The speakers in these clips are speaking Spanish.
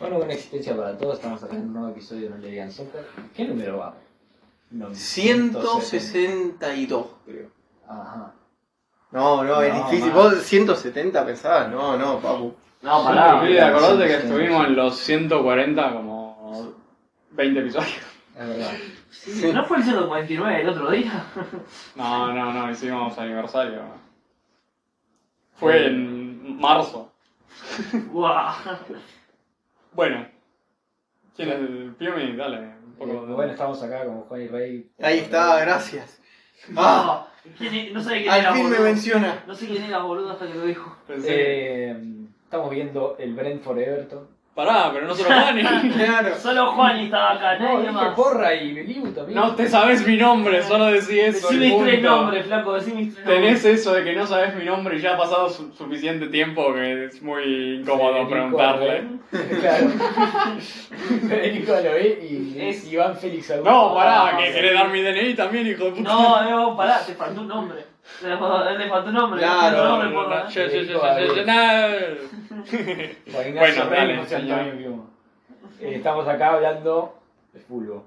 Bueno, buena existencia para todos. Estamos acá en un nuevo episodio de No Le Digan Soccer. ¿Qué número va? No, 162, creo. Ajá. No, no, es No, difícil. más. Vos 170 pensabas, no, no, papu. No, Sí, pará, Fili, claro, acordate sí, que sí, estuvimos sí. en los 140 como 20 episodios. Es verdad. Sí. ¿No fue el 149 el otro día? No, no, no, hicimos aniversario. Fue en marzo. ¡Guau! Bueno. ¿Quién es el Piumi? Dale, un poco Eh, bueno, estamos acá con Juan y Rey. Ahí está, gracias. Ah, ¿Quién es? No sé quién era, al fin me boludo. menciona. No sé quién era, boludo, hasta que lo dijo. Pensé, Eh, estamos viendo el Brentford Everton. Pará, pero no se lo ganen. Claro. Solo Juan estaba acá, No, Ah, nadie dije más. porra y Beliu también. No te sabes mi nombre, solo decí eso. Decí y mis tres punto. nombres, flaco, decí mis tres nombres. Tenés eso de que no sabes mi nombre y ya ha pasado su- suficiente tiempo que es muy incómodo Federico preguntarle. Aloe. Claro. Federico Aloe y Es- Iván Félix Augusto. No, Ah, pará, que sí. querés dar mi DNI también, hijo de puta. No, no, pará, te faltó un nombre. Te faltó, te faltó un nombre. Claro, un No, nombre, no, porra. no, eh. yo- yo- yo- yo- yo- no. Juan Ignacio Bueno, Rey dale, y José señor. Antonio Piumo. Eh, estamos acá hablando de fútbol.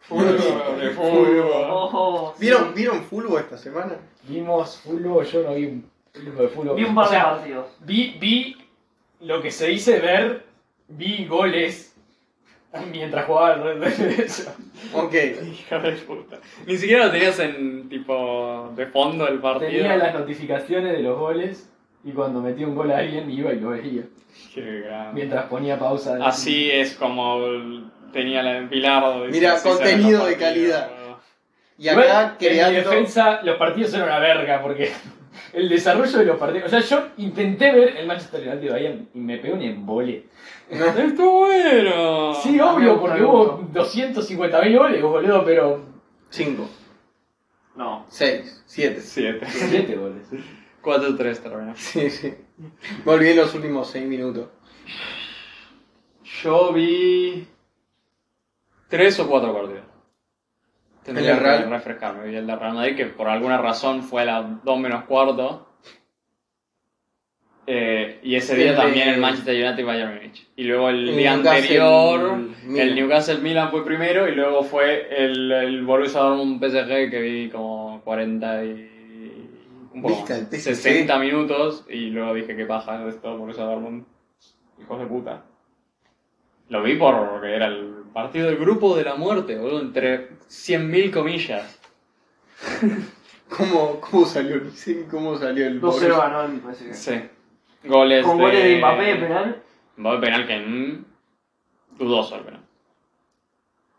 Fulgo, de fulgo. Ojo. sí. ¿Vieron, ¿Vieron Fulbo esta semana? Vimos fútbol, yo no vi un fútbol de fútbol. Vi un par O de sea, partidos. vi, vi lo que se dice ver, vi goles mientras jugaba el Red Dead Redemption. Ok. Hija de puta. Ni siquiera lo tenías en tipo de fondo el partido. Tenía las notificaciones de los goles y cuando metía un gol a alguien iba y lo veía. Qué grande. Mientras ponía pausa. de- Así es como el- tenía la Pilardo. Mira, contenido de calidad. Y Igual, acá En mi creando. defensa, los partidos eran una verga porque el desarrollo de los partidos. O sea, yo intenté ver el Manchester United de Bayern y me pegó un embole. Estuvo bueno. Sí, a mí Ah, me obvio, gusta porque el hubo uno. 250.000 goles, boludo, pero. 5, No. 6, 7. 7. 7 goles. 4-3 terminó. Sí, sí. Volví en los últimos 6 minutos. Yo vi. 3 o 4 partidos. Tendría ¿El de que Real? refrescarme. Vi el de Real Madrid, que por alguna razón fue a las 2 menos cuarto. Eh, y ese día El de- también el Manchester United y Bayern Munich. Y luego el, El día Newcastle, anterior, el Milan. Newcastle Milan fue primero y luego fue el, el Borussia Dortmund PSG que vi como 40 y. un poco ¿Viste más, al PSG? 60 minutos y luego dije que paja esto Borussia Dortmund. Hijos de puta. Lo vi porque era el partido del grupo de la muerte, boludo, entre 100.000 comillas. ¿Cómo, cómo salió el sí, ¿Cómo salió el 2-0 Borussia? ganó el PSG. Sí. Goles Con goles de Mbappé, penal. Mbappé penal que... mm, dudoso el penal.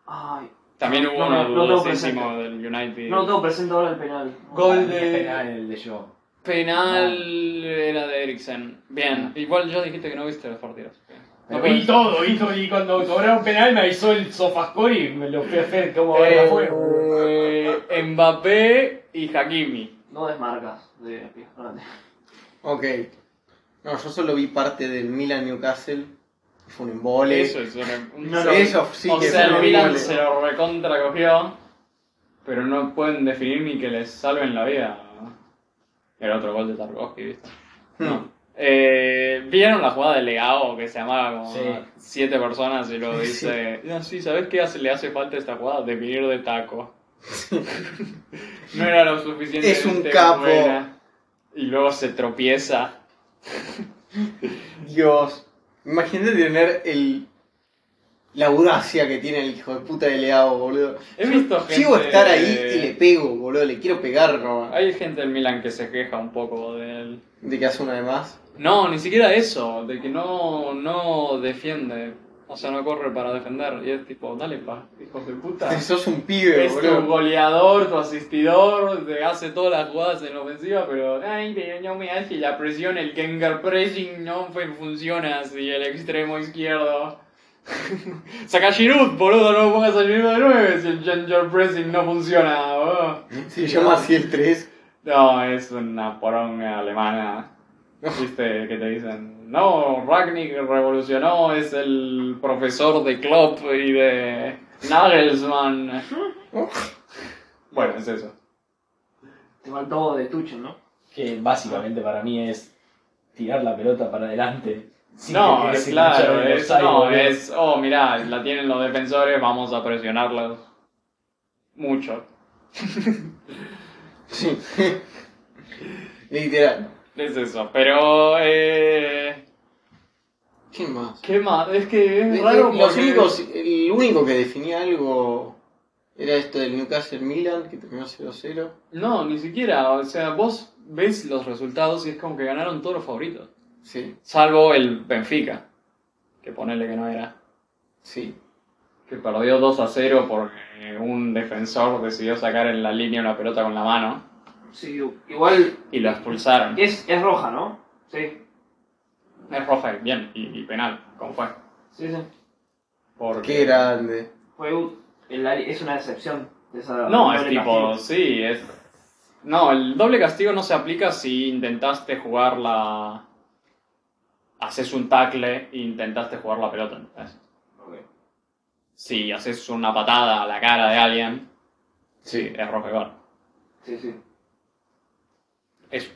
Ay, También hubo No, no, uno no tengo dudosísimo del United. no lo tengo presente ahora el penal. Gol de- Eh, Es penal el de yo. Penal era de Eriksen. Bien, igual ya dijiste que no viste los partidos. No, Pero vi pero- todo, vi todo, y cuando cobraron penal me avisó el Sofascore y me lo fui eh, a hacer como verga fue. Eh, Mbappé y Hakimi. No desmarcas de pie grande. Ok. No, yo solo vi parte del Milan Newcastle. Fue un embole. Eso es una- un- No, no, eso sí o que sea, fue el un Milan embole. se lo recontra cogió, pero no pueden definir ni que les salven la vida. El otro gol de Tarkovsky, ¿viste? No. Eh, ¿Vieron la jugada de Legao que se llamaba como Sí. siete personas y luego dice, no, sí, ¿sabes qué hace- le hace falta a esta jugada? Definir de taco. no era lo suficiente. Es un capo. Y luego se tropieza. Dios. Imagínate tener el. La audacia que tiene el hijo de puta de Leao, boludo. He visto gente... Llego a estar ahí y le pego, boludo. Le quiero pegar, no. Hay gente del Milan que se queja un poco del... De que hace una de más. No, ni siquiera eso, de que no, no defiende. O sea, no corre para defender. Y es tipo, dale, pa, hijos de puta. Sos un pibe, Es tu boludo. goleador, tu asistidor, te hace todas las jugadas en ofensiva, pero ay, pero no me hace la presión, el Gengar pressing no fue- funciona así, el extremo izquierdo. Saca Giroud, boludo, no pongas a Giroud de 9 si el Gengar pressing no funciona. boludo. Se llama así el 3. No, es una poronga alemana. ¿Viste que te dicen? No, Ragnick revolucionó, es el profesor de Klopp y de Nagelsmann. Oh. Bueno, es eso. Te faltó de Tuchel, ¿no? Que básicamente para mí es tirar la pelota para adelante Sí, no, que- que es se claro, engancharon los es, no, cyborgs. es, oh, mirá, la tienen los defensores, vamos a presionarlos mucho. Sí. Literal. Es eso, pero, eh, ¿Qué más? ¿qué más? Es que es raro Los porque- únicos, el único que definía algo era esto del Newcastle Milan, que terminó 0-0. No, ni siquiera, o sea, vos ves los resultados y es como que ganaron todos los favoritos. Sí, Salvo el Benfica, que ponele que no era. sí. Que perdió 2 a 0 porque un defensor decidió sacar en la línea una pelota con la mano Sí, igual y lo expulsaron. es, es roja, ¿no? Sí, Es roja, bien, y, y penal, como fue. sí, sí. Porque... Qué grande. Fue un- el área- es una decepción. de esa- No, doble es tipo, castigo. sí, es... No, el doble castigo no se aplica si intentaste jugar la... Haces un tackle e intentaste jugar la pelota. ¿entendés? Ok. Si haces una patada a la cara de alguien, sí, es roja igual. Sí, sí. Eso.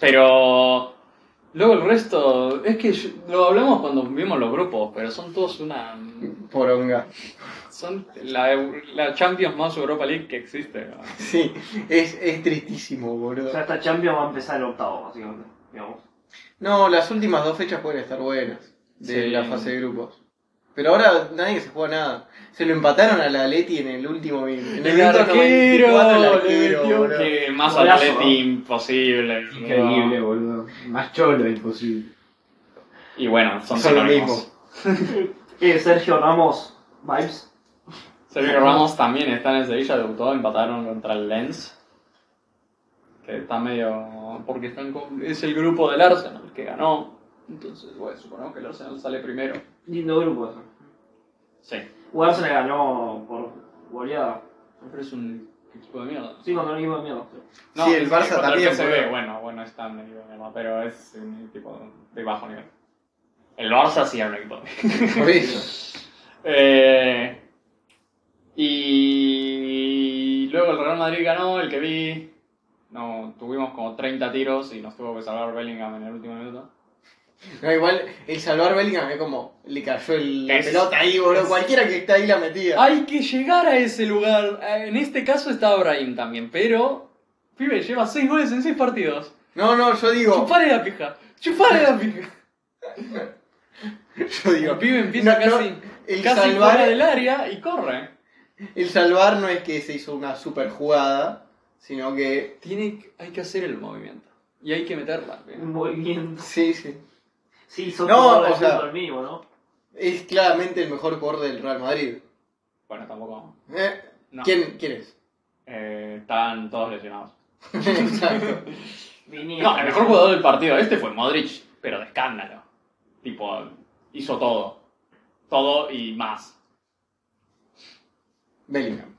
Pero luego el resto, es que yo- lo hablamos cuando vimos los grupos, pero son todos una... Poronga. Son la, Eu- la Champions más Europa League que existe. ¿no? Sí, es, es tristísimo, O boludo. sea, esta Champions va a empezar el octavo, básicamente. Digamos. No, las últimas dos fechas pueden estar buenas de Sí. la fase de grupos. Pero ahora nadie se juega nada. Se lo empataron a la Leti en el último minuto. En el El minuto arquero, 94 al le arquero, metió boludo. que más Golazo, atleti ¿no? imposible. Increíble, boludo. Más cholo imposible. Y bueno, son, Son lo sinónimos. mismo. Eh, Sergio Ramos, vibes. Sergio Ramos también está en Sevilla, debutó, empataron contra el Lens. Que está medio... porque están con- es el grupo del Arsenal que ganó. Entonces, bueno, supongo que el Arsenal sale primero. Lindo grupo eso. Sí. O Arsenal ganó por goleada. Pero es un equipo de mierda. Sí, contra un equipo de miedo. Sí, el Barça contra también, El PSV, boludo. bueno, bueno, está medio de mierda, pero es un equipo de bajo nivel. El Barça sí era un equipo de Por eso. Eh, y luego el Real Madrid ganó, el que vi. No, tuvimos como 30 tiros y nos tuvo que salvar Bellingham en el último minuto. No, igual el salvar Bellingham es como le cayó el- la Es- pelota ahí, boludo. es- Ah. Cualquiera que está ahí la metía. Hay que llegar a ese lugar. Eh, En este caso estaba Brahim también, pero. Pibe, lleva 6 goles en 6 partidos. No, no, yo digo. Chupale la pija. Chupale la pija. Yo digo. El pibe empieza no, no, casi, el casi salvar- fuera del área y corre. El salvar no es que se hizo una super jugada, sino que. Tiene, que- hay que hacer el movimiento. Y hay que meterla. Mm. pibe. Movimiento. Sí, sí. Sí, son No, no, o el sea- fútbol mínimo, ¿no? Es claramente el mejor jugador del Real Madrid. Bueno, tampoco. ¿Eh? No. ¿Quién, quién es? Eh, están todos lesionados. Exacto. Vinicius. No, el mejor jugador del partido este fue Modric, pero de escándalo. Tipo, hizo todo. Todo y más. Bellingham.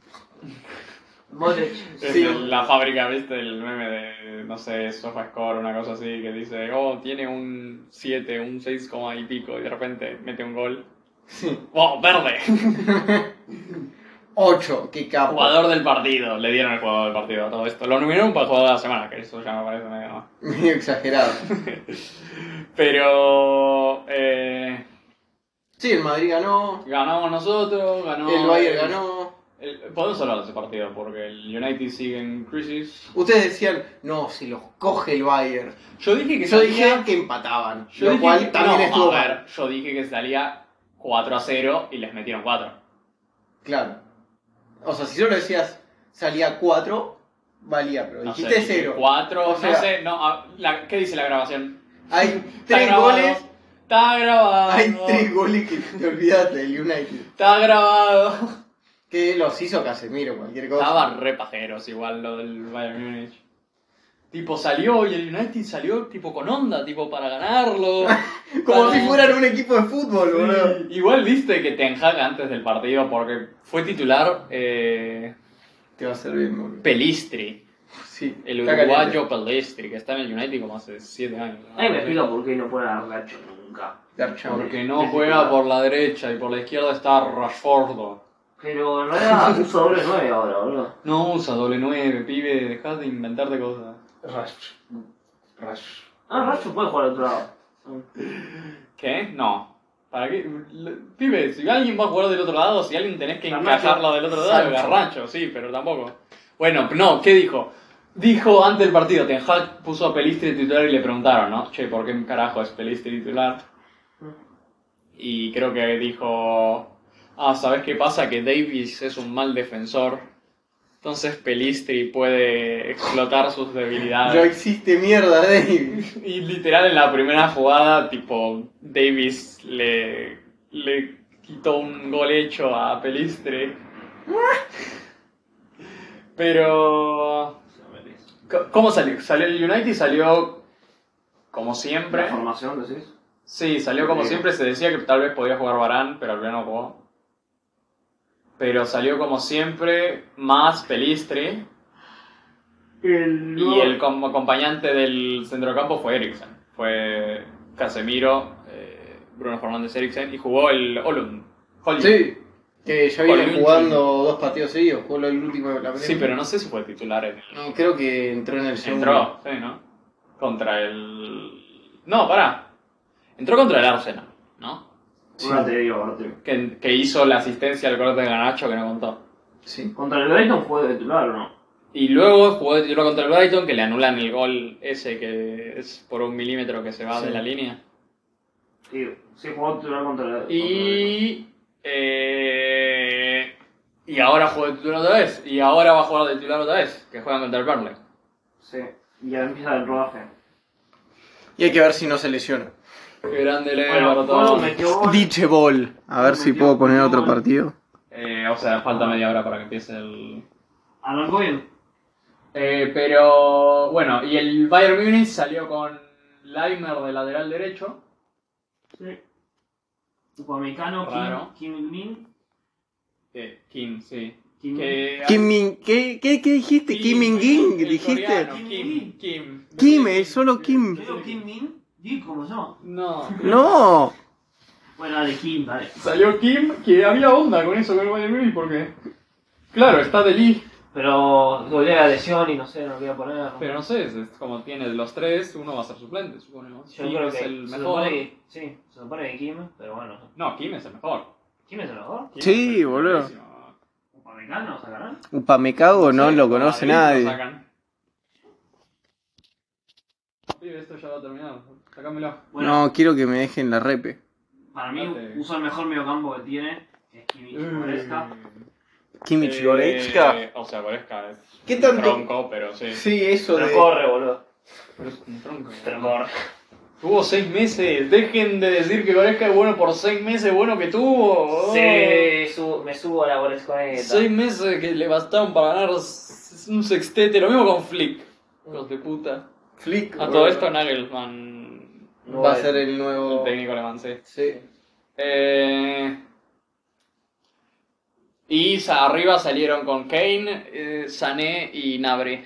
Modric. Es Sí. la fábrica, viste, el meme de, no sé, SofaScore, una cosa así, que dice, oh, tiene un 7, un 6, coma y pico, y de repente mete un gol. Sí. ¡Wow, verde! 8, qué capo. jugador del partido, le dieron el jugador del partido, todo esto. Lo nominaron para jugador de la semana, que eso ya me parece medio... Medio exagerado. Pero... Eh, Sí, el Madrid ganó, ganamos nosotros, ganó... el Bayern ganó. El- Eh, podemos hablar de ese partido porque el United sigue en crisis. Ustedes decían, no, se los coge el Bayern. Yo dije que Yo salía- dije que empataban, yo lo dije cual que- también no, estuvo a ver, mal. yo dije que salía 4 a 0 y les metieron 4. Claro. O sea, si solo decías salía 4, valía, pero No dijiste sé, 0. 4, O sea- no sé, no, a- la- ¿qué dice la grabación? Hay Está 3 grabado, goles, Está grabado. hay 3 goles que te olvidaste del United. Está grabado. Que los hizo Casemiro, cualquier cosa. Estaban re pajeros igual lo del Bayern Múnich. Tipo salió y el United salió tipo con onda, tipo para ganarlo. Como Para- si fueran un equipo de fútbol, boludo. Sí, Igual viste que Ten Hag antes del partido, porque fue titular eh, Te va a servir, boludo. Pelistri, Sí, el está caliente. uruguayo Pelistri, que está en el United como hace 7 años. Nadie me explica por qué no pueden Garnacho nunca. Garcha, boludo. Porque no juega por la derecha y por la izquierda está Rashfordo. Pero en realidad usa doble 9 ahora, boludo. No usa doble 9, pibe, dejad de inventarte cosas. Rush. Rush. Ah, Racho puede jugar al otro lado. ¿Qué? No. ¿Para qué? Le- Pibe, si alguien va a jugar del otro lado, si alguien tenés que Garnacho. encajarla del otro lado, Sancho. garracho, sí, pero tampoco. Bueno, no, ¿qué dijo? Dijo antes del partido, Ten Hag puso a Pelistri titular y le preguntaron, ¿no? Che, ¿por qué carajo es Pelistri titular? Y creo que dijo, ah, ¿sabes qué pasa? Que Davis es un mal defensor. Entonces Pelistri puede explotar sus No debilidades. existe mierda, David. Y literal en la primera jugada, tipo, Davis le, le quitó un gol hecho a Pelistri. Pero... c- ¿Cómo salió? Salió el United salió como siempre. ¿La formación decís? Sí, salió como Sí. siempre, se decía que tal vez podía jugar Barán, pero al final no jugó. Pero salió como siempre, más Pelistri, El... y el como acompañante del centrocampo fue Eriksen. Fue Casemiro, eh, Bruno Fernández Eriksen, y jugó el Olund. Holm. Sí. Que ya Con viene el jugando dos partidos seguidos, jugó el último de la primera. Sí, pero no sé si fue titular en el... No, creo que entró en el segundo. Entró, sí, ¿no? Contra el... No, pará. Entró contra el Arsenal, ¿no? Ahora te digo, ahora te digo. Que, que hizo la asistencia al gol de Ganacho que no contó. Sí. ¿Contra el Brighton fue de titular o no? Y luego jugó de titular contra el Brighton, que le anulan el gol ese que es por un milímetro que se va Sí. de la línea. Sí, sí jugó de titular contra el contra el Brighton. Y. eh, y ahora juega de titular otra vez. Y ahora va a jugar de titular otra vez, que juegan contra el Burnley. Sí, y ya empieza el rodaje. Y hay que ver si no se lesiona. Qué grande le Bueno, todo metió gol. Diche Ball. A ver si puedo poner otro partido. eh, O sea, falta media hora para que empiece el. Arrancó bien. Eh, pero bueno, y el Bayern Munich salió con Leimer de lateral derecho. Sí. Upamecano, Raro. Kim, Kim Min, Eh, Kim, sí. Kim Que- Kim Min- ¿qué, qué, qué dijiste? Kim Min Ging, el dijiste. coreano, Kim, Kim. Kim, es solo Kim. Yo digo Kim Min, di como yo. No. No. Bueno, dale, Kim, dale. Salió Kim, que había onda con eso con el Bayern Munich porque. Claro, está de Lee, Pero dolía la lesión y no sé, no lo voy a poner. pero no sé, es- es como tiene los tres, uno va a ser suplente, suponemos. Yo Kim creo es que el se mejor. supone que- sí, se supone que Kim, pero bueno. No, Kim es el mejor. ¿Kim es el mejor? Kim Sí, es el boludo. buenísimo. ¿Upamecano sacarán? Upamecago no sé, lo conoce a David lo nadie. sacan. Pibe, esto ya lo ha terminado. Sacámelo. Bueno, No, quiero que me dejen la repe. para mí date. usa el mejor mediocampo que tiene, que es Kim Ichimoresca. Kimmich Eh, o sea, Goretzka es ¿Qué un tanto? tronco, pero sí. Sí, eso Pero de. corre, boludo. Pero es un tronco. Pero corre. Tuvo seis meses. Dejen de decir que Goretzka es bueno por seis meses bueno que Oh. tuvo. Sí, su- me subo a la bolesconeta. Seis meses que le bastaron para ganar s- un sextete. Lo mismo con Flick. Hijos de puta. Flick. A todo boludo. esto Nagelsmann, Va a ser el el nuevo. técnico alemán, sí. Sí. Eh, y sa- arriba salieron con Kane, eh, Sané y Nabri.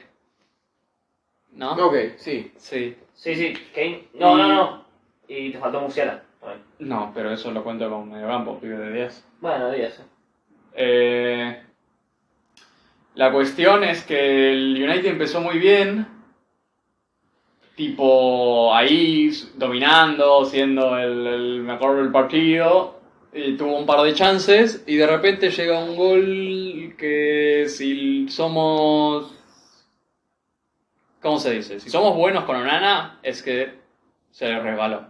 ¿No? Ok, sí. Sí. Sí, sí, Kane. No, Y- no, no. Y te faltó Musiala. Bueno, No, pero eso lo cuento con mediocampo, pibe de 10. bueno días. Eh, la cuestión es que el United empezó muy bien. Tipo, ahí dominando, siendo el, el mejor del partido. Y tuvo un par de chances. Y de repente llega un gol que si somos. ¿Cómo se dice? Si somos buenos con Onana, es que se le resbaló.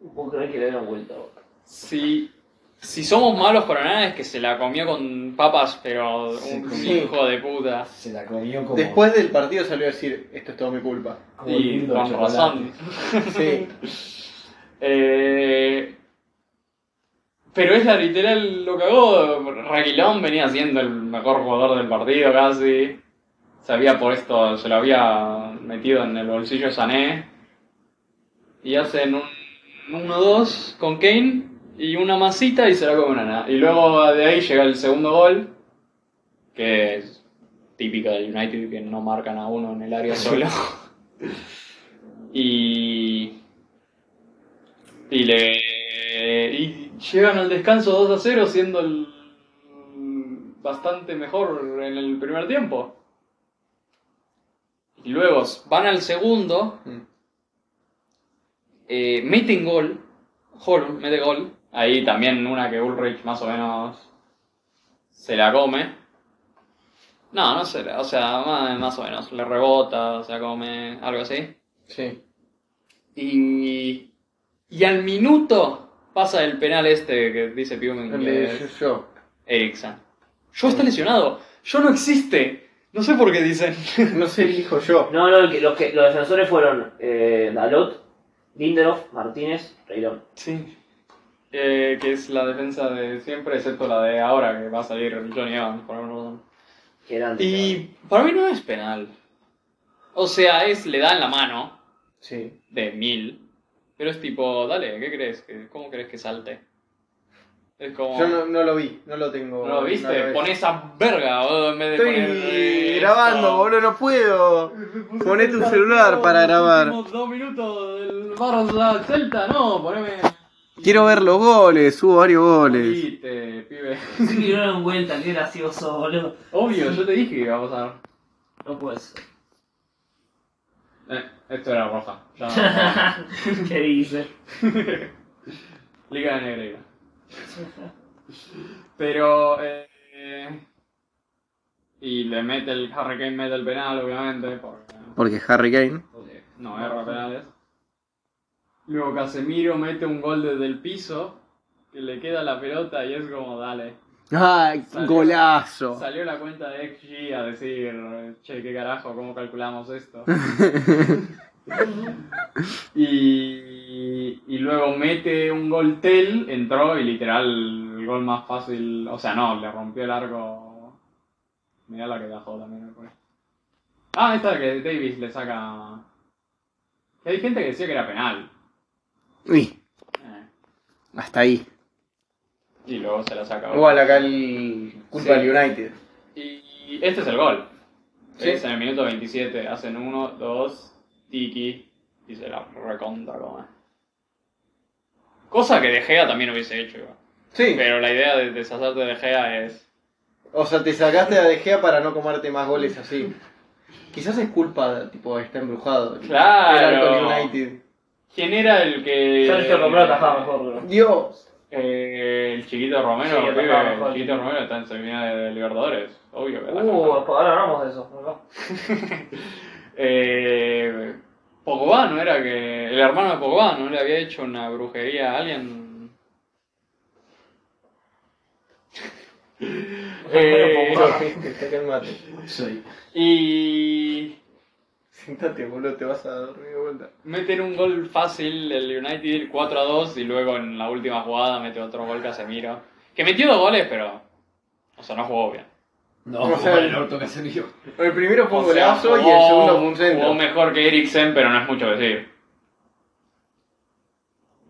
Un poco creer que le dieron vuelta. boludo. Si, si somos malos con Onana es que se la comió con papas, pero un Sí. hijo de puta. Se la comió como. Después del partido salió a decir: Esto es todo mi culpa. como el Y lindo de con chocolate. razón. Sí. Eh, pero es la literal lo cagó. Raquilón venía siendo el mejor jugador del partido casi. Se había puesto, se lo había metido en el bolsillo de Sané. Y hacen un 1-2 con Kane y una masita y se la come nana. Y luego de ahí llega el segundo gol, que es típico del United, que no marcan a uno en el área solo. y y le. Y llegan al descanso 2 a 0, siendo el. bastante mejor en el primer tiempo. Y luego van al segundo, Mm. eh, meten gol, Horn mete gol. Ahí también una que Ulrich más o menos se la come. No, no se la, o sea, más, más o menos. Le rebota, se la come, algo así. Sí. Y, y al minuto pasa el penal este que dice Piumen El que de es yo. Eriksen. Yo está lesionado. Yo no existe. No sé por qué dicen. No sé, elijo yo. No, no, el que- los, que, los defensores fueron eh, Dalot, Lindelof, Martínez, Reilón. Sí. Eh, que es la defensa de siempre, excepto la de ahora, que va a salir Johnny Evans, por alguna razón. Que eran Y para mí no es penal. O sea, es le dan la mano Sí. de mil, pero es tipo, dale, ¿qué crees? ¿Qué- ¿Cómo crees que salte? Es como, Yo no, no lo vi, no lo tengo. ¿no lo viste? ves. Pon esa verga, boludo, en vez de poner, eh, Estoy grabando, esto. boludo, no puedo. Poné tu Celta, celular para los grabar. últimos Dos minutos del Barça Celta, no, poneme. Quiero ver los goles, subo varios goles. Viste, pibe. Sí, que no dan vuelta, qué gracioso, boludo. Obvio, yo te dije que iba a pasar. No puede ser. Eh, esto era roja. Ya. ¿Qué dice? Liga de Negreira. Pero. eh, eh, y le mete el Harry Kane, mete el penal, obviamente. eh, Porque, Porque Harry Kane. porque no erra penales. Luego Casemiro mete un gol desde el piso. Que le queda la pelota y es como, dale. ¡Ay, Salió. golazo! Salió la cuenta de XG a decir, che, qué carajo, cómo calculamos esto. y, y luego mete un gol Tel, entró y literal el gol más fácil, o sea, no, le rompió el arco. Mirá la que dejó también. me pone. Ah, esta que Davis le saca... que Hay gente que decía que era penal. Uy, Eh, hasta ahí. Y luego se la saca. Igual acá el culpa Sí. del United. Y este es el gol. Sí. Es en el minuto 27. Hacen uno, dos, tiki. Y se la reconta come. Cosa que De Gea también hubiese hecho. igual. Sí. Pero la idea de deshacerte de Gea es. O sea, te sacaste a De Gea para no comerte más goles así. Quizás es culpa, tipo, está embrujado. el- Claro. El arco del United. ¿Quién era el que. Sergio Romero atajaba mejor, boludo. Dios. Eh, el chiquito Romero, Sí, el atajaba pibe, mejor. el chiquito Romero está en semifinales de Libertadores, obvio que Uh, ataja. ahora hablamos de eso, ¿no? Eh, Pogba no era que. El hermano de Pogba no le había hecho una brujería a alguien. Eh, Pogba. Saca el mate. Soy. y Sentate, boludo, te vas a dormir de vuelta. meten un gol fácil el United 4 a 2 y luego en la última jugada mete otro gol Casemiro. Que metió dos goles, pero. O sea, no jugó bien. No, No no sé. el orto que se dio. El primero fue un O sea, golazo y el jugó- segundo fue un Jugó centro. mejor que Eriksen, pero no es mucho decir.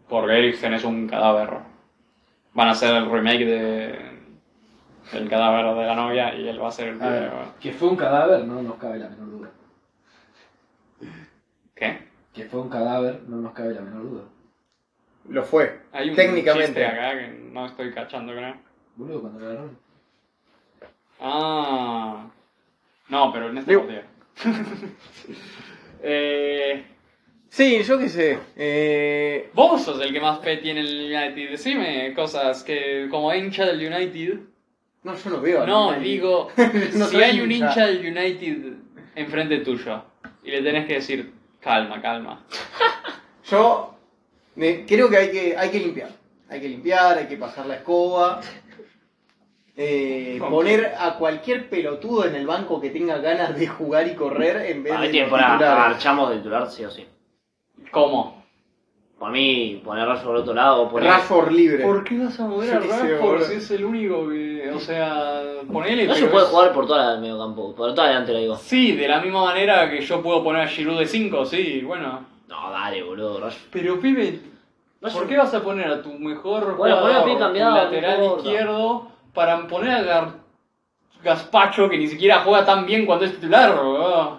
Porque Eriksen es un cadáver. Van a hacer el remake de. El cadáver de la novia y él va a ser el A ver, video. que fue un cadáver, no nos cabe la menor duda. ¿Qué? Que fue un cadáver, no nos cabe la menor duda. Lo fue. Hay un chiste Técnicamente. acá que no estoy cachando, creo. Boludo, cuando lo agarraron. Ah. No, pero en este Digo- partido. eh, Sí, yo qué sé. Eh, vos sos el que más fe tiene en el United. Decime cosas que, como hincha del United, No, yo no veo. al No, United. digo, No si soy hay un hincha. hincha del United enfrente tuyo y le tenés que decir, calma, calma. Yo me- creo que hay, que hay que limpiar. Hay que limpiar, hay que pasar la escoba. Eh, Ok. poner a cualquier pelotudo en el banco que tenga ganas de jugar y correr en vez Para de mí los tiene que poner a- titulares. marchamos de titular, sí o sí. ¿Cómo? Por mí, poner Rashford por otro lado, poner... Rashford libre. qué vas a mover Yo qué sé, boludo. es el único que, o sea, ponele... No se pero puede es- jugar por toda la del medio campo, por toda la delantera digo. Sí, de la misma manera que yo puedo poner a Giroud de 5, sí, bueno. No, dale, boludo, Rashford. Pero, pibe, No ¿por sé. qué vas a poner a tu mejor Bueno, ponelo jugador, bien tu cambiado, lateral no importa. izquierdo, para poner a Gar- Gazpacho, que ni siquiera juega tan bien cuando es titular? boludo?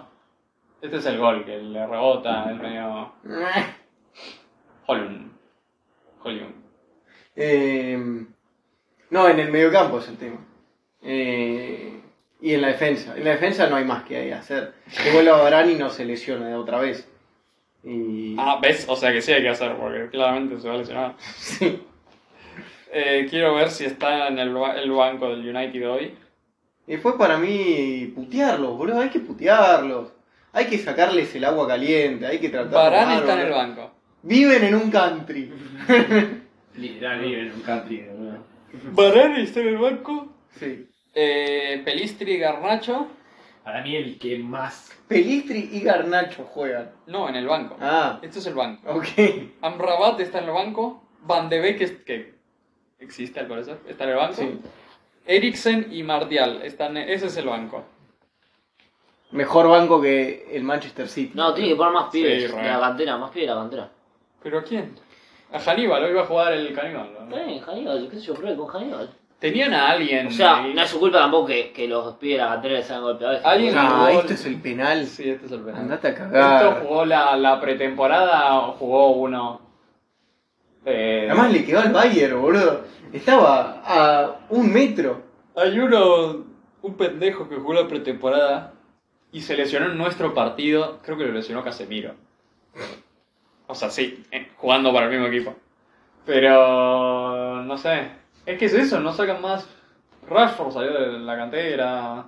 Este es el gol que le rebota el medio Holun. Holun. Eh, no, en el mediocampo es el tema. Eh, y en la defensa. En la defensa no hay más que hacer. Que vuelva Varane y no se lesione otra vez. Y... Ah, ves, o sea que sí hay que hacer, porque claramente se va a lesionar. Sí. Eh, quiero ver si está en el, ba- el banco del United hoy. Y fue para mí putearlos, boludo. Hay que putearlos. Hay que sacarles el agua caliente. Hay que tratar Barán está en el banco. Viven en un country. Ah, Literal, vive en un country, boludo. Barán está en el banco. Sí. Eh, Pelistri, Garnacho. Para mí el que más. Pelistri y Garnacho juegan. No, en el banco. Ah, Esto es el banco. ok. Amrabat está en el banco. Van de Beek, es- que existe al parecer, está en el banco. Sí. Eriksen y Martial. Están, ese es el banco. Mejor banco que el Manchester City. No, tiene que poner más Sí, pibes. re. la cantera, más pibes de la cantera. ¿Pero a quién? A Hannibal, hoy va a jugar el Caníbal. ¿no? Está bien, Hannibal, qué sé yo, pruebe con Hannibal. Tenían a alguien. O sea, ahí. no es su culpa tampoco que, que los pibes de la cantera les hayan golpeado. Alguien- Ah, Gol. esto es el penal. Sí, este es el verano. Andate a Esto cagar. jugó la, la pretemporada o jugó uno. Eh, Además le quedó al Bayern, boludo. Estaba a un metro. hay uno, un pendejo que jugó la pretemporada y se lesionó en nuestro partido. Creo que lo lesionó Casemiro. O sea, sí, eh, jugando para el mismo equipo. Pero no sé. Es que es eso, no sacan más. Rashford salió de la cantera.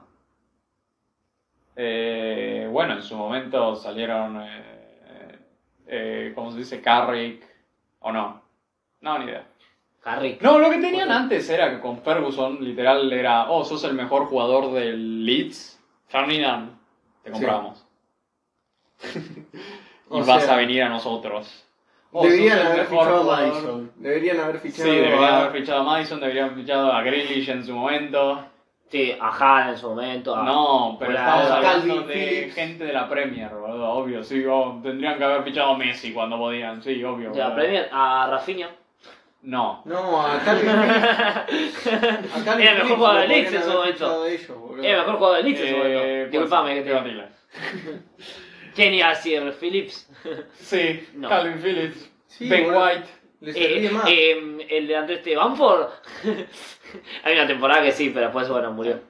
Eh, bueno, en su momento salieron. Eh, eh, ¿Cómo se dice? Carrick. ¿O no? No, ni idea. Carrick. No, lo que tenían antes era que con Ferguson, literal, era, oh, sos el mejor jugador del Leeds, Ferdinand, te compramos. y O vas sea, a venir a nosotros. Oh, sos Deberían el haber mejor fichado a jugador. Madison. Deberían haber Sí, fichado deberían a- haber fichado a Madison, deberían haber fichado a Grealish en su momento. Sí, a Haaland en su momento. Ah, a- No, pero Hola, estamos hablando Calvin de Phillips. gente de la Premier, boludo, obvio, sí, oh, tendrían que haber fichado a Messi cuando podían, sí, obvio. De la boludo. Premier, a Rafinha. No. No, a Calvin Phillips. A Calvin Era el mejor Phillips jugador lo del Leeds en podrían su haber momento. fichado ellos, boludo. Era el mejor jugador del Leeds en su Eh, momento. Disculpame que pues, te Matila. ¿Quién iba a decir? Phillips. Sí, No. Calvin Phillips, Sí, Ben boludo. White. Le Eh, servía más. eh, el delantero este Bamford. Hay una temporada que sí, pero después, bueno, murió.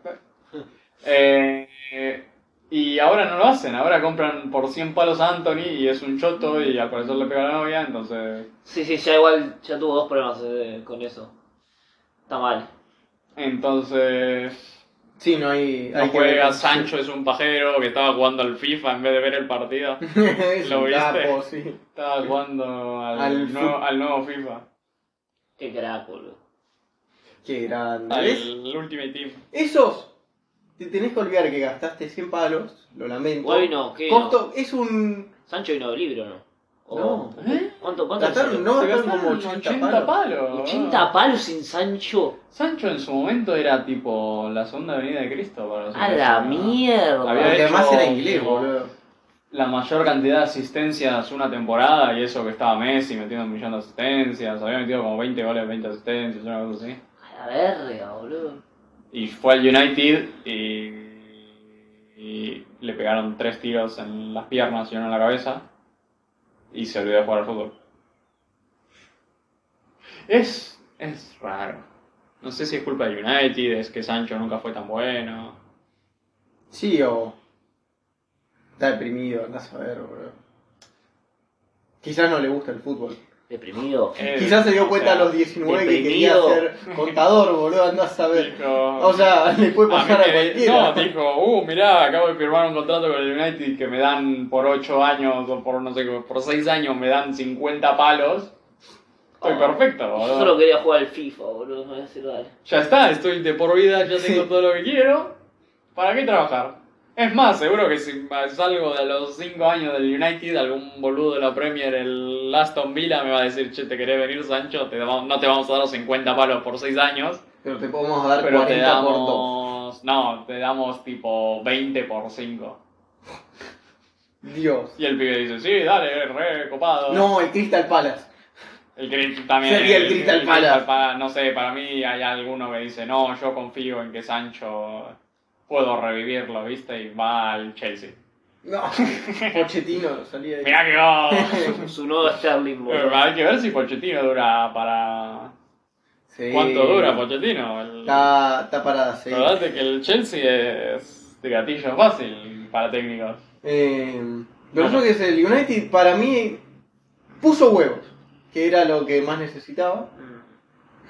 Eh, eh, y ahora no lo hacen, ahora compran por 100 palos a Anthony y es un choto y al parecer le pega a la novia, entonces... Sí, sí, ya igual, ya tuvo dos problemas eh, con eso. Está mal. Entonces... Sí, no hay. No hay que juega, ver. Sancho es un pajero que estaba jugando al FIFA en vez de ver el partido. Es ¿Lo un viste? capo, sí. Estaba jugando al, Al nuevo, fu- al nuevo FIFA, Qué crack, boludo. Qué grande. al ¿Ves? Ultimate Team. Esos. Te tenés que olvidar que gastaste 100 palos. Lo lamento. Hoy no, ¿qué? Costo es un. Sancho vino del libro, ¿no? O- No. ¿Cuánto, cuánto le Gastaron, salió? no Se gastaron ¿Eh? como gastaron 80, 80 palos. palos. 80 palos sin Sancho. Sancho en su momento era tipo la segunda venida de Cristo para los A la ingleses, ¿no? mierda. Había Porque hecho- además era inglés, boludo. la mayor cantidad de asistencias una temporada y eso que estaba Messi metiendo un millón de asistencias, había metido como 20 goles, 20 asistencias, una cosa así. A la verga, boludo. Y fue al United y, y le pegaron tres tiros en las piernas y uno en la cabeza y se olvidó de jugar al fútbol. Es, es raro. No sé si es culpa del United, es que Sancho nunca fue tan bueno. Sí, o. Está deprimido, andás a ver, boludo. Quizás no le gusta el fútbol. Deprimido. Eh, Quizás se dio o cuenta sea, a los 19 que quería deprimido. ser contador, boludo, andás a ver. dijo- O sea, le puede A mí pasar a, Ah, me- cualquiera. No, dijo, uh, mirá, acabo de firmar un contrato con el United que me dan por 8 años o por no sé, qué, por 6 años me dan 50 palos. Estoy Oh. perfecto, boludo. Solo quería jugar al FIFA, boludo. No voy a decir dale. Ya está, estoy de por vida, ya tengo Sí. todo lo que quiero. ¿Para qué trabajar? Es más, seguro que si salgo de los 5 años del United, algún boludo de la Premier, el Aston Villa, me va a decir, che, ¿te querés venir, Sancho? Te damos- no te vamos a dar los 50 palos por 6 años. Pero te podemos dar Pero te 40 por dos. damos. No, te damos tipo 20 por 5. Dios. Y el pibe dice, sí, dale, re copado. No, el Crystal Palace. El Crit también. Sería el Crystal Palace. Palace, No sé, para mí hay alguno que dice, no, yo confío en que Sancho puedo revivirlo, ¿viste? Y va al Chelsea. No, Pochettino salía ahí. Mirá que va. Su nuevo Sterling, Pero Eh, boludo. hay que ver si Pochettino dura para... Sí. ¿Cuánto dura Pochettino? El... Está, está parada, sí. La verdad es que el Chelsea es de gatillo fácil para técnicos. Eh, Lo otro que es el United, para mí, puso huevos, que era lo que más necesitaba.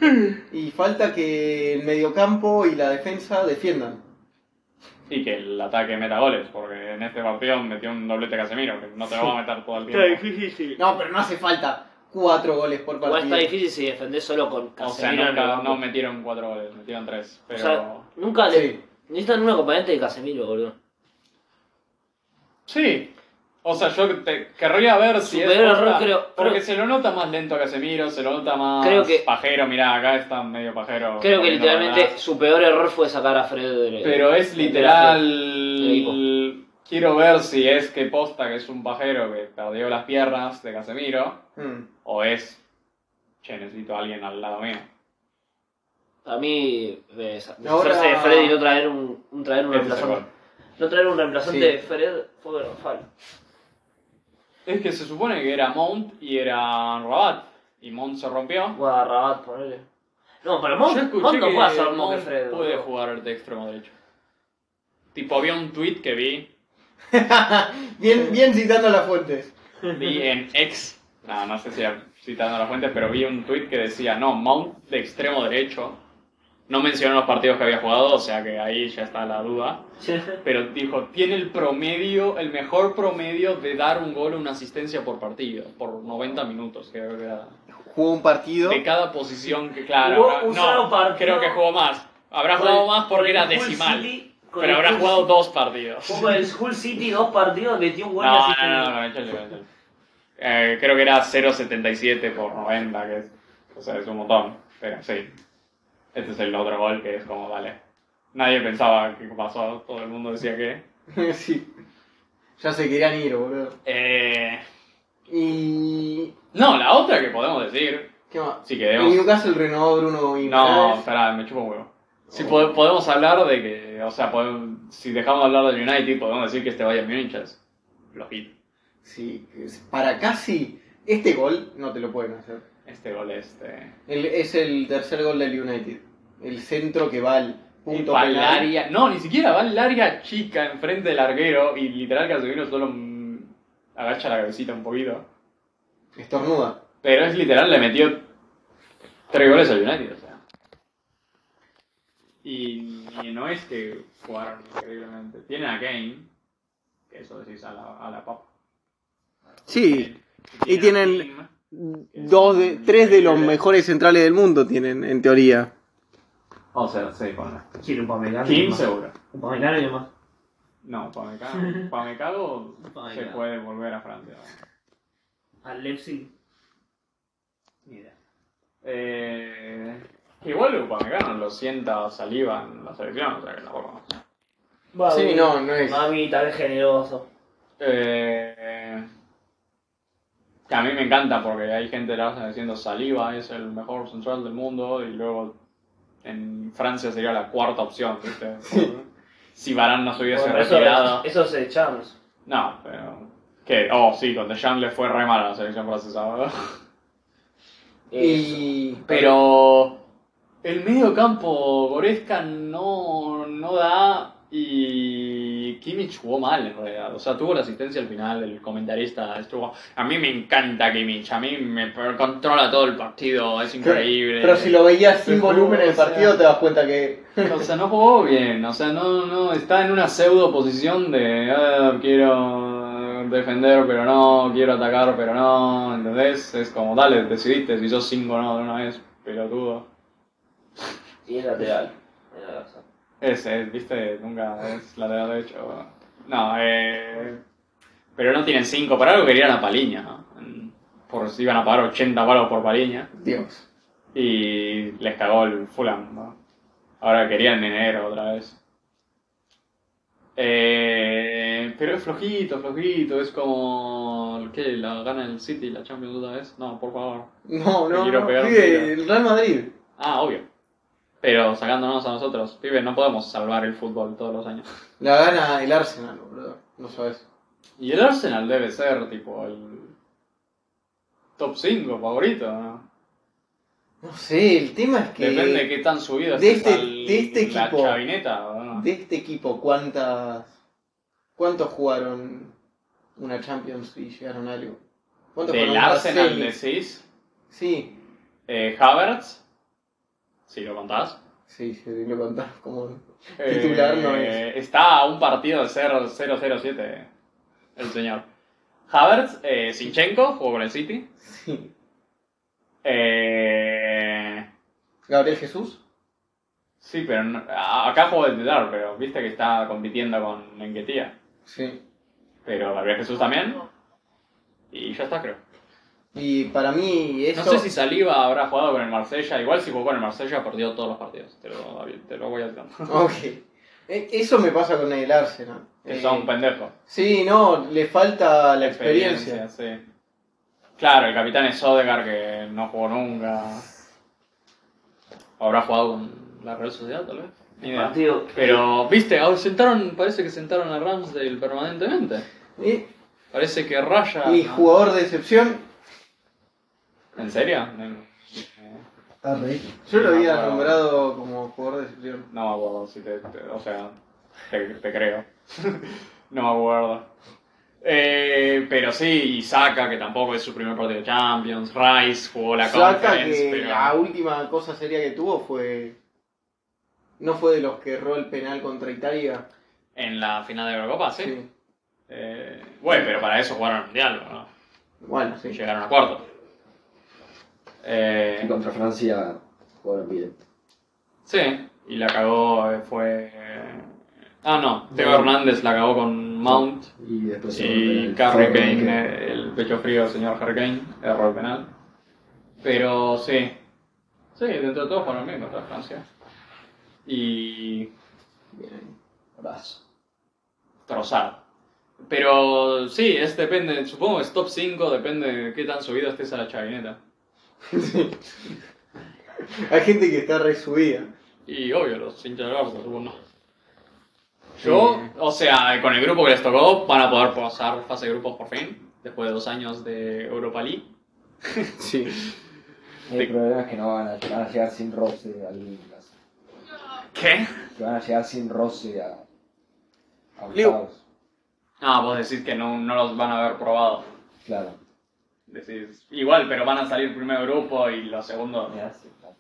Mm. Y falta que el mediocampo y la defensa defiendan. Y que el ataque meta goles, porque en este partido metió un doblete Casemiro, que no te lo va a meter todo el Está tiempo. difícil, sí. No, pero no hace falta cuatro goles por Igual está partido. difícil si defendés solo con O sea, Casemiro. en el nunca, campo. no metieron cuatro goles, metieron tres. Pero O sea, nunca le- Sí. necesitan un acompañante de Casemiro, boludo. sí. O sea, yo te querría ver si es. Superó el posta, error, creo- porque creo- se lo nota más lento a Casemiro, se lo nota más Creo que- pajero. Mirá, acá está medio pajero. Creo que poniendo literalmente bananas. su peor error fue sacar a Fred del- Pero es del- literal. Quiero ver si es que posta que es un pajero que perdió las piernas de Casemiro, Mm. o es. Che, necesito a alguien al lado mío. A mí, eh, sa- Ahora- deshacerse de Fred y no traer un, un- traer un Ese Este es el gol. reemplazante. No traer un reemplazante Sí. de Fred fue garrafal. Es que se supone que era Mount y era Rabat. Y Mount se rompió. Rabat, ponele. No, pero Yo Mount, escuché Mount no que puede hacer más que Mount Fred. puede boludo. jugar de extremo derecho. Tipo, había un tweet que vi, Bien, bien citando las fuentes. vi en ex, no, no sé si era citando la fuente, pero vi un tweet que decía, no, Mount de extremo derecho. No mencionó los partidos que había jugado, o sea que ahí ya está la duda. Pero dijo, tiene el promedio, el mejor promedio de dar un gol o una asistencia por partido, por 90 minutos, creo que era. Jugó un partido. De cada posición que, claro. Jugó habrá- un no, solo partido. creo que jugó más. Habrá Con jugado el- más con porque el era Hull decimal. City- con pero el habrá Hull jugado City- dos partidos. Jugó el Hull City dos partidos, metió un No, gol y no, asistió. no, no, échale, échale. Eh, creo que era 0.77 por 90, que es. O sea, es un montón. Pero sí. Este es el otro gol que es como, vale. Nadie pensaba que pasó, todo el mundo decía que. sí. Ya se querían ir, boludo. Eh, Y. no, la otra que podemos decir. ¿Qué más? Si El queremos. Newcastle renovó a Bruno y No, espera, me chupo un huevo. Si po- podemos hablar de que, o sea, podemos- si dejamos de hablar del United, podemos decir que este Bayern Múnich es flojito. Sí, es- para casi este gol no te lo pueden hacer. Este gol este. El- es el tercer gol del United. El centro que va al punto va al penal. área, no, ni siquiera va al área chica enfrente del larguero y literal Casemiro solo mm, agacha la cabecita un poquito. Estornuda. Pero es literal, le metió tres goles al United, o sea. Y, y no es que jugaron increíblemente. Tienen a Kane, que eso decís a la, a la papa. Sí. Y a tienen- Kim. Dos de, tres de los mejores centrales del mundo tienen, en teoría. O sea, sí, con la- Quiero un Pamecano. Kim seguro. Un Pamecano y demás. No, Pamecago. Pamecago se Pamecano. puede volver a Francia. Al Leipzig. Ni idea. Eh, igual Pamecano lo sienta saliva en la selección, o sea que tampoco. Sí, no, no es. Mami, tal vez generoso. Eh, que a mí me encanta porque hay gente de la Arsenal diciendo saliva es el mejor central del mundo y luego en Francia sería la cuarta opción, ¿viste? si Barán no se hubiese Bueno, eso, retirado. eso es el Champs. No, pero. Que, oh, sí, con Dejan le fue re mal a la selección francesa. ¿verdad? Eso. Y. Eh, Pero. El medio campo, Goretzka no, no da. Y. Kimmich jugó mal en realidad. O sea, tuvo la asistencia al final, el comentarista estuvo. A mí me encanta Kimmich, a mí me controla todo el partido, es increíble. Pero si lo veías sin Pero, volumen en o el sea- partido, te das cuenta que. O sea, no jugó bien, o sea, no, no, está en una pseudo posición de "Ah, quiero defender pero no, quiero atacar pero no, ¿entendés? Es como, dale, decidiste, si sos 5 no de una vez, pelotudo. Y es lateral. Era la razón. Es, es, viste, nunca es lateral derecho. No, eh, pero no tienen 5, para algo querían a Paliña, ¿no? por si iban a pagar 80 palos por Paliña, Dios. y les cagó el Fulham, ¿no? Ahora querían enero otra vez. Eh, pero es flojito, flojito, es como... ¿Qué? ¿La gana el City la Champions otra vez? No, por favor. No, Te no, quiero no. pegar un pibe, tiro. el Real Madrid. Ah, obvio. Pero sacándonos a nosotros, pibes, no podemos salvar el fútbol todos los años. La gana el Arsenal, boludo. No sabes. Y el Arsenal debe ser tipo el top 5 favorito, ¿no? No sé, el tema es que. Depende de qué tan subido de estés este- de este la equipo. chavineta, ¿o no? De este equipo, ¿cuántas. ¿Cuántos jugaron una Champions y llegaron a algo. ¿Cuántos Del fueron? Las Arsenal semis. decís. Sí, Eh, Havertz. Si lo contás. sí, sí, lo contás como... Titular no es. Eh, Está a un partido de 0 0-0-7 el señor. Havertz, eh, Sinchenko, jugó con el City. Sí. Eh, Gabriel Jesús. sí, pero no- a- acá jugó de titular, pero viste que está compitiendo con Enguetía. Sí. Pero Gabriel Jesús también. Y ya está, creo. Y para mí eso... No sé si Saliba habrá jugado con el Marsella. Igual si jugó con el Marsella, perdió todos los partidos. Te lo, te lo voy a Ok. Eh, Eso me pasa con el Arsenal. Que Eh, son pendejos. Sí, no, le falta la experiencia. sí. Claro, el capitán es Odegar que no jugó nunca. Habrá jugado con la Real Sociedad, tal vez. Ni idea. Partido. Pero, viste, sentaron, parece que sentaron a Ramsdale permanentemente. Y, Parece que Raya. y jugador de excepción. ¿En serio? No, Yo lo No, había no. nombrado como jugador de excepción. no me acuerdo, si te, te- o sea, te, te creo. no me acuerdo. Eh, pero sí, y Saka, que tampoco es su primer partido de Champions. Rice jugó la Saca Conference. que pero- la última cosa seria que tuvo fue. No fue de los que erró el penal contra Italia. En la final de Eurocopa, ¿Ah, sí. Eh, bueno, pero para eso jugaron el Mundial, ¿no? Bueno, sí. Llegaron a cuarto. Y Eh, contra Francia jugaron bien. sí, y la cagó, eh, fue... eh, Ah, no, Teo Hernández la cagó con Mount Y después y Harry Kane, eh, el pecho frío del señor Harry Kane, error penal. Pero sí, sí, dentro de todo jugaron bien contra Francia. Y Bien. Brazo. trozar. Pero sí, es depende, supongo que es top 5, depende de qué tan subido estés a la chavineta. Hay gente que está resubida. Y obvio, los hinchas del Barça, supongo. Yo, o sea, con el grupo que les tocó, van a poder pasar fase de grupos por fin, después de dos años de Europa League. Sí. El problema es que no van a, van a llegar sin roce al caso. ¿Qué? Que van a llegar sin roce a, a Leo. octavos. Ah, vos decís que no, no los van a haber probado. Claro. Decís, igual, pero van a salir primer grupo y los segundos. Me hace tanto.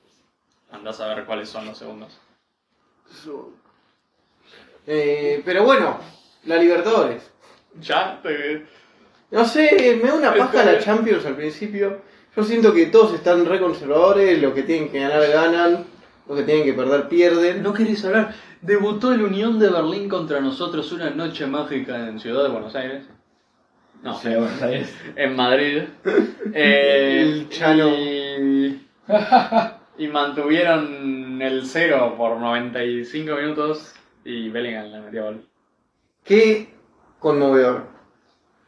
Andás a ver cuáles son los segundos. Eh, pero bueno, la Libertadores. Ya, te- No sé, me da una paja la Champions al principio. Yo siento que todos están re conservadores, los que tienen que ganar ganan, los que tienen que perder pierden. No querés hablar. Debutó el Unión de Berlín contra nosotros una noche mágica en Ciudad de Buenos Aires. No, Ciudad de Buenos Aires. en Madrid. Eh, El Chano. Y, y mantuvieron el cero por 95 minutos y Bellingham le metió gol. Qué conmovedor.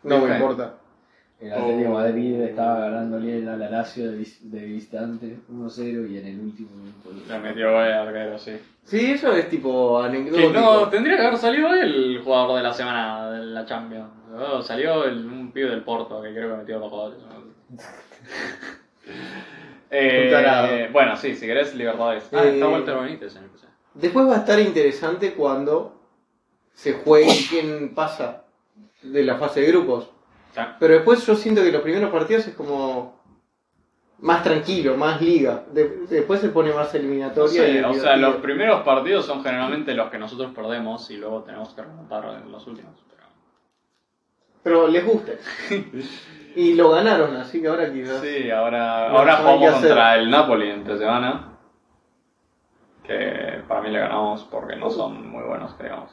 No Ok. me importa. El Atlético de Madrid estaba ganándole al Lazio de, vis- de visitante 1-0 y en el último minuto. Le metió gol al arquero, sí. Sí, eso es tipo Que anecdótico. no, tendría que haber salido el jugador de la semana de la Champions. No, salió el- un pibe del Porto que creo que metió dos goles. Eh, Un tarado. bueno, sí, si querés, Libertadores. Ah, Eh, está Walter Benítez en el PC. Después va a estar interesante cuando se juegue quién pasa de la fase de grupos. Ya. Pero después yo siento que los primeros partidos es como más tranquilo, más liga. De- después se pone más No eliminatoria. y sé, o sea, divertido. los primeros partidos son generalmente los que nosotros perdemos y luego tenemos que remontar en los últimos. pero- Pero les gusta. y lo ganaron, así que ahora quizás. Sí, ahora, No, ahora no hay que jugamos hacer. contra el Napoli entre semana. Que para mí le ganamos porque no son muy buenos, que digamos.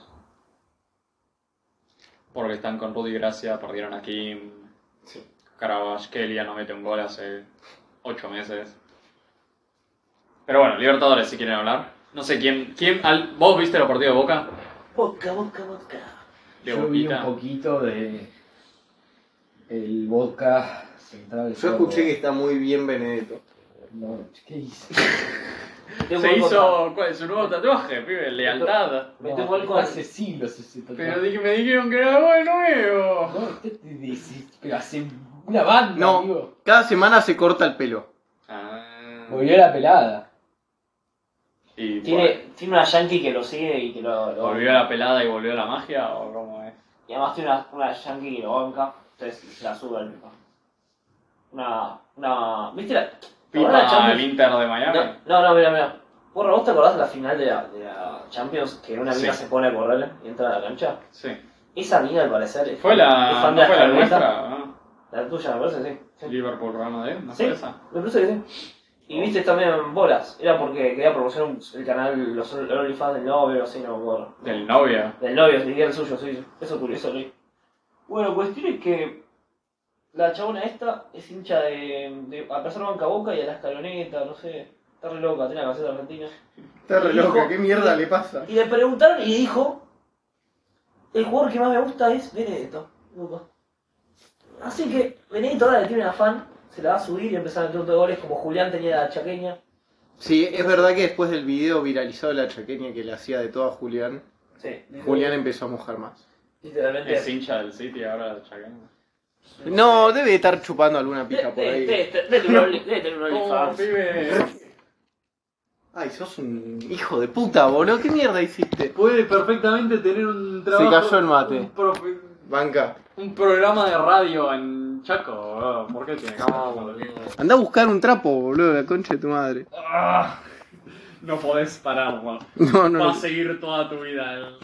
Porque están con Rudy Gracia, perdieron a Kim. Sí. Kelia no mete un gol hace 8 meses. Pero bueno, Libertadores, si quieren hablar. No sé quién. quién al- ¿Vos viste los partidos de Boca? Boca, boca, boca. De Yo vi un Boquita. poquito de el Boca Central. Yo escuché que está muy bien Benedetto. No, ¿qué hice? Metió Se gol hizo ¿cuál es su nuevo tatuaje, pibe, lealtad. contra- Metió gol con. Hace siglos ese Pero tatuaje. di- me dijeron que era algo nuevo. No, usted te dice, pero hace una banda, No. amigo. Cada semana se corta el pelo. Ah. Volvió la pelada. Y Tiene, tiene una yankee que lo sigue y que lo. vol- lo- volvió a la pelada y volvió a la magia o cómo es. Y además tiene una, una Yankee que lo banca, entonces se la sube al pipa. Una. una. ¿Viste la. Pipa la Champions? al Inter de Miami. No, no, no, mira, mira. Porra, ¿vos te acordás de la final de la, de la Champions que una mina Sí. se pone a correr y entra a la cancha? Sí. Esa mina al parecer es Fue es la. fan ¿No de fue la Carlota. nuestra? ¿no? La tuya, me parece, sí. sí. Liverpool Real de ¿no Sí. fue esa? Me parece que sí. Y viste también bolas. Era porque quería promocionar un- el canal Los OnlyFans del novio, así, no me acuerdo. Del novio. Del novio, ni siquiera el suyo, sí. Eso es curioso, sí. Bueno, cuestión es que la chabona esta es hincha de, de a pesar banca a boca y a la escaloneta, no sé. Está re loca, tiene la caseta argentina. Está re loca, Hijo. ¿qué mierda le pasa? Y le preguntaron y dijo, el jugador que más me gusta es Benedetto. Luca". Así que Benedetto ahora le tiene un afán, se la va a subir y empezar a meter un montón de goles como Julián tenía la chaqueña. Sí, es verdad que después del video viralizado de la chaqueña que le hacía de toda Julián, Sí, Julián empezó a mojar más. literalmente. Es hincha del City ahora la chaqueña. No, debe estar chupando alguna De- de- pija por de- ahí. de- de- Debe tener un Only- debe tener un Oh, OnlyFans. pibe. Ay, sos un hijo de puta, boludo, ¿qué mierda hiciste? Puede perfectamente tener un trabajo- cayó el mate. un Un, Banca, programa de radio en Chaco, ¿Por qué tiene que anda a buscar un trapo, boludo, la concha de tu madre. Ah. No podés pararlo. No, no, Va a no, seguir toda tu vida. el-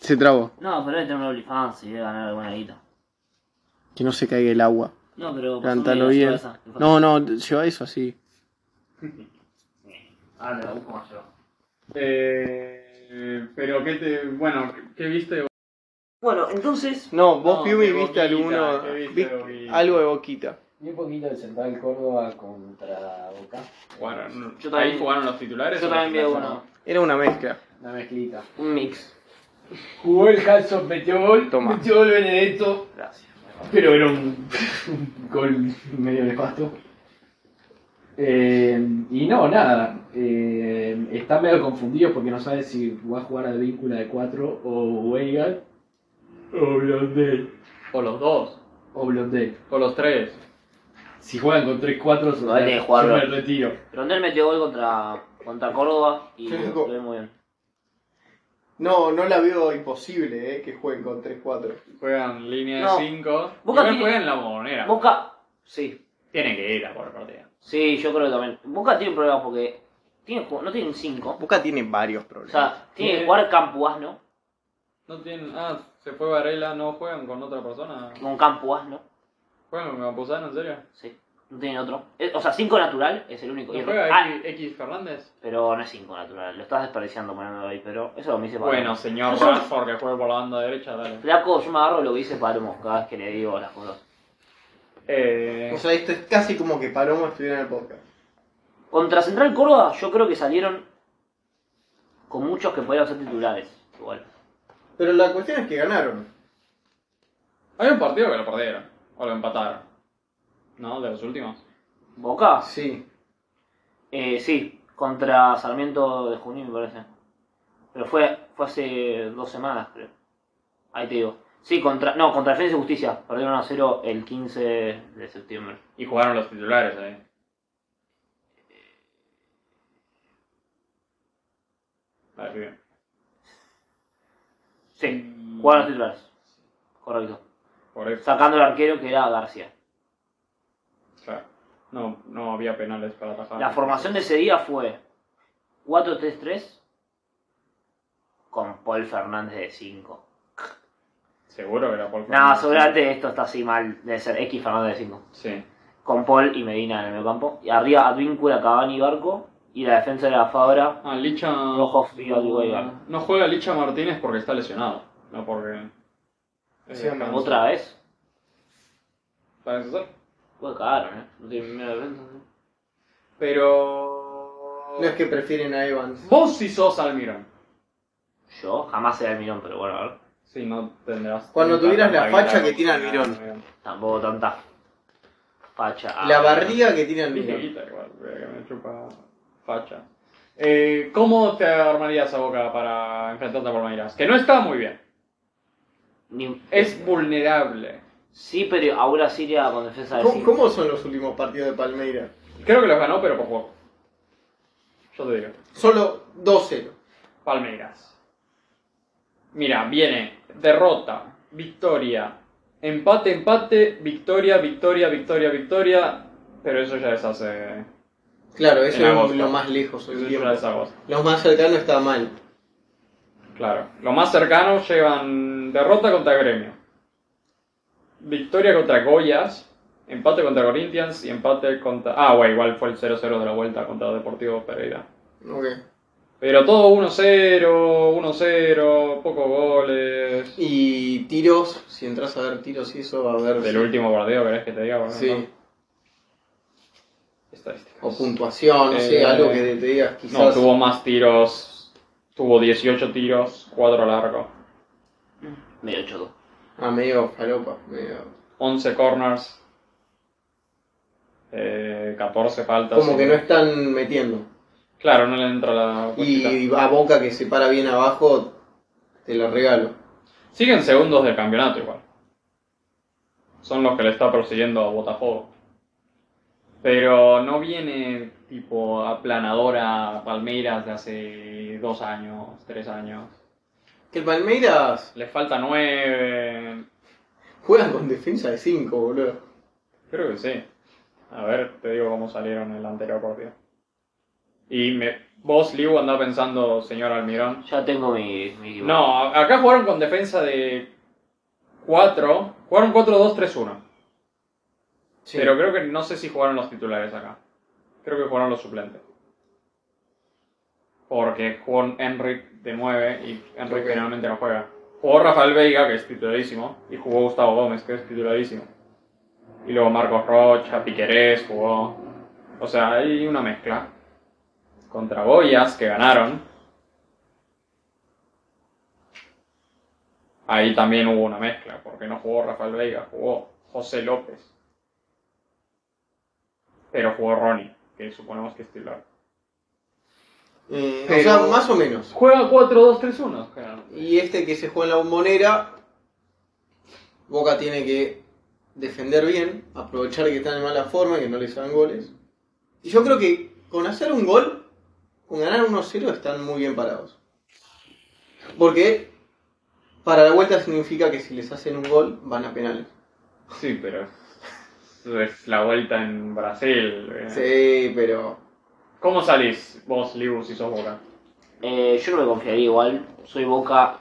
se trabó. No, pero debe tener un OnlyFans si debe ganar alguna guita. Que no se caiga el agua. No, pero. Cántalo pasame bien. la cerveza, que No, no, lleva eso así. Ah, te la busco más yo. Eh, pero qué te. Bueno, ¿qué viste? Bueno, entonces, No, vos, No, Piumi, de viste Boquita, alguno. que viste vi- de Boquita. algo de boquita. Vi un poquito de Central Córdoba contra Boca. Jugaron. Yo Ahí también- jugaron los titulares. yo o los también vi titulares uno. Era una mezcla. Una mezclita. Un mix. Jugó el Hanson, metió gol, Toma. metió gol Benedetto, Gracias. pero era un gol medio nefasto. Eh, y no, nada. eh, están medio confundidos porque no saben si va a jugar a víncula de 4 o Weigal o Blondel. no? O los dos. O Blondel. O los tres. Si juegan con 3-4, No, hay que yo jugarlo. me retiro. Pero él metió gol contra, contra Córdoba y Qué lo loco. lo vi muy bien. No, no la veo imposible, eh, que jueguen con 3-4. Juegan línea No. de 5. Boca Igual tiene- juegan en la monera. Boca, sí, Tienen que ir a por partida. sí, yo creo que también. Boca tiene problemas porque tiene, ju- no tienen 5. Boca tiene varios O problemas. sea, tiene Tiene- que jugar Campuasno, No tienen. Ah, se fue Varela, no juegan con otra persona. con Campuasno, ¿Juegan con Campuzano, en serio? sí, no tienen otro. Es- o sea, 5 natural es el único. ¿No hierro. juega Ah, X, X Fernándolo? pero no es 5 natural, lo estás desperdiciando poniéndolo ahí, pero eso me dice Palermo. Bueno, señor Yo- Rashford que juega por la banda derecha, dale. Flaco, yo me agarro lo que dice Palermo cada vez que le digo las cosas. Eh, O sea, esto es casi como que Palomo estuviera en el podcast. Contra Central Córdoba, yo creo que salieron con muchos que podían ser titulares. Igual. Pero la cuestión es que ganaron. hay un partido que lo perdieron. O lo empataron. ¿No? De los últimos. Boca, Sí. eh, sí, contra Sarmiento de Junín, me parece. Pero fue, fue hace dos semanas, creo. Ahí te digo. Sí, contra, no, contra Defensa y Justicia. Perdieron a cero el 15 de septiembre. Y jugaron los titulares eh. ahí. Dale, pibe. Sí, jugaron los titulares. Correcto. Por eso. Sacando el arquero que era García. claro. No, no había penales para atajar. La formación de ese día fue 4-3-3 con Paul Fernández de 5. Seguro que era por No, seguramente esto está así mal. Debe ser X Fernández de 5. Sí. Con Paul y Medina en el medio campo. Y arriba Advíncula, Cavani y Barco. Y la defensa de la Fabra. Ah, Licha. Rojo, frío, digo, no, Ibar. no juega Licha Martínez porque está lesionado. No porque. Eh, Sí, anda. descansa. Otra vez. Parece ser. Pues cagaron, ¿eh? No tienen miedo de defensa. ¿eh? Pero. No es que prefieren a Evans. Vos sí sos Almirón. Yo jamás era el mirón, pero bueno, a ver. Sí, no tendrás. Cuando tanta tuvieras la habilidad facha que como tiene tenía Almirón. Tampoco tanta Ah. facha. La barriga que tiene Dije el guita igual, pero que me chupa facha. Eh, ¿Cómo te armarías a Boca para enfrentarte a Palmeiras? Que no está muy bien. Ni- Es vulnerable. Sí, pero ahora Siria con defensa de ¿Cómo, 5. cómo son los últimos partidos de Palmeiras? Creo que los ganó, pero por poco. Yo te digo. Solo 2-0. Palmeiras. Mira, viene derrota, victoria. Empate, empate, victoria, victoria, victoria, victoria. Pero eso ya es hace. Claro, eso En agosto. es lo más lejos. hoy Eso tiempo. ya es agosto. Lo más cercano está mal. Claro. Lo más cercano llevan derrota contra Gremio. Victoria contra Goyas. Empate contra Corinthians y empate contra. Ah, bueno, igual fue el 0-0 de la vuelta contra Deportivo Pereira. Ok. Pero todo 1-0, 1-0, pocos goles. Y tiros, si entras a ver tiros y eso va a haber. Del último guardeo, ¿querés que te diga? Bueno, Sí. no. Estadísticas. O puntuación, no Eh, sé, algo que te digas No, quizás. tuvo más tiros. Tuvo 18 tiros, 4 al arco. Medio choto. Ah, medio falopa, medio. 11 corners. Eh, 14 faltas. Como que no están metiendo. Claro, no le entra la cuentita. Y a Boca que se para bien abajo, te la regalo. Siguen segundos del campeonato igual. Son los que le está persiguiendo a Botafogo. Pero no viene tipo aplanadora Palmeiras de hace dos años, tres años. Que el Palmeiras Les falta nueve. juegan con defensa de 5, boludo. Creo que sí. A ver, te digo cómo salieron en el anterior partido. Y me, vos, Liu, andás pensando, señor Almirón, Ya tengo mi. mi equipo. No, a- acá jugaron con defensa de 4. Jugaron 4-2-3-1. Sí. Pero creo que no sé si jugaron los titulares acá. Creo que jugaron los suplentes. Porque jugó Enric de 9 y Enric Ok. generalmente no juega. Jugó Rafael Veiga, que es titularísimo, y jugó Gustavo Gómez, que es titularísimo. Y luego Marcos Rocha, Piquerés jugó. O sea, hay una mezcla. Contra Goyas, que ganaron. Ahí también hubo una mezcla, porque no jugó Rafael Veiga, jugó José López. Pero jugó Ronnie, que suponemos que es titular. Eh, Pero- O sea, más o menos. Juega 4-2-3-1, claro. Y este que se juega en la bombonera, Boca tiene que defender bien, aprovechar que están en mala forma, que no les dan goles. Y yo creo que con hacer un gol, con ganar 1-0, están muy bien parados. Porque para la vuelta significa que si les hacen un gol, van a penales. Sí, pero es la vuelta en Brasil. eh. Sí, pero ¿Cómo salís vos, Libu, si sos Boca? Eh, yo no me confiaría igual. Soy Boca.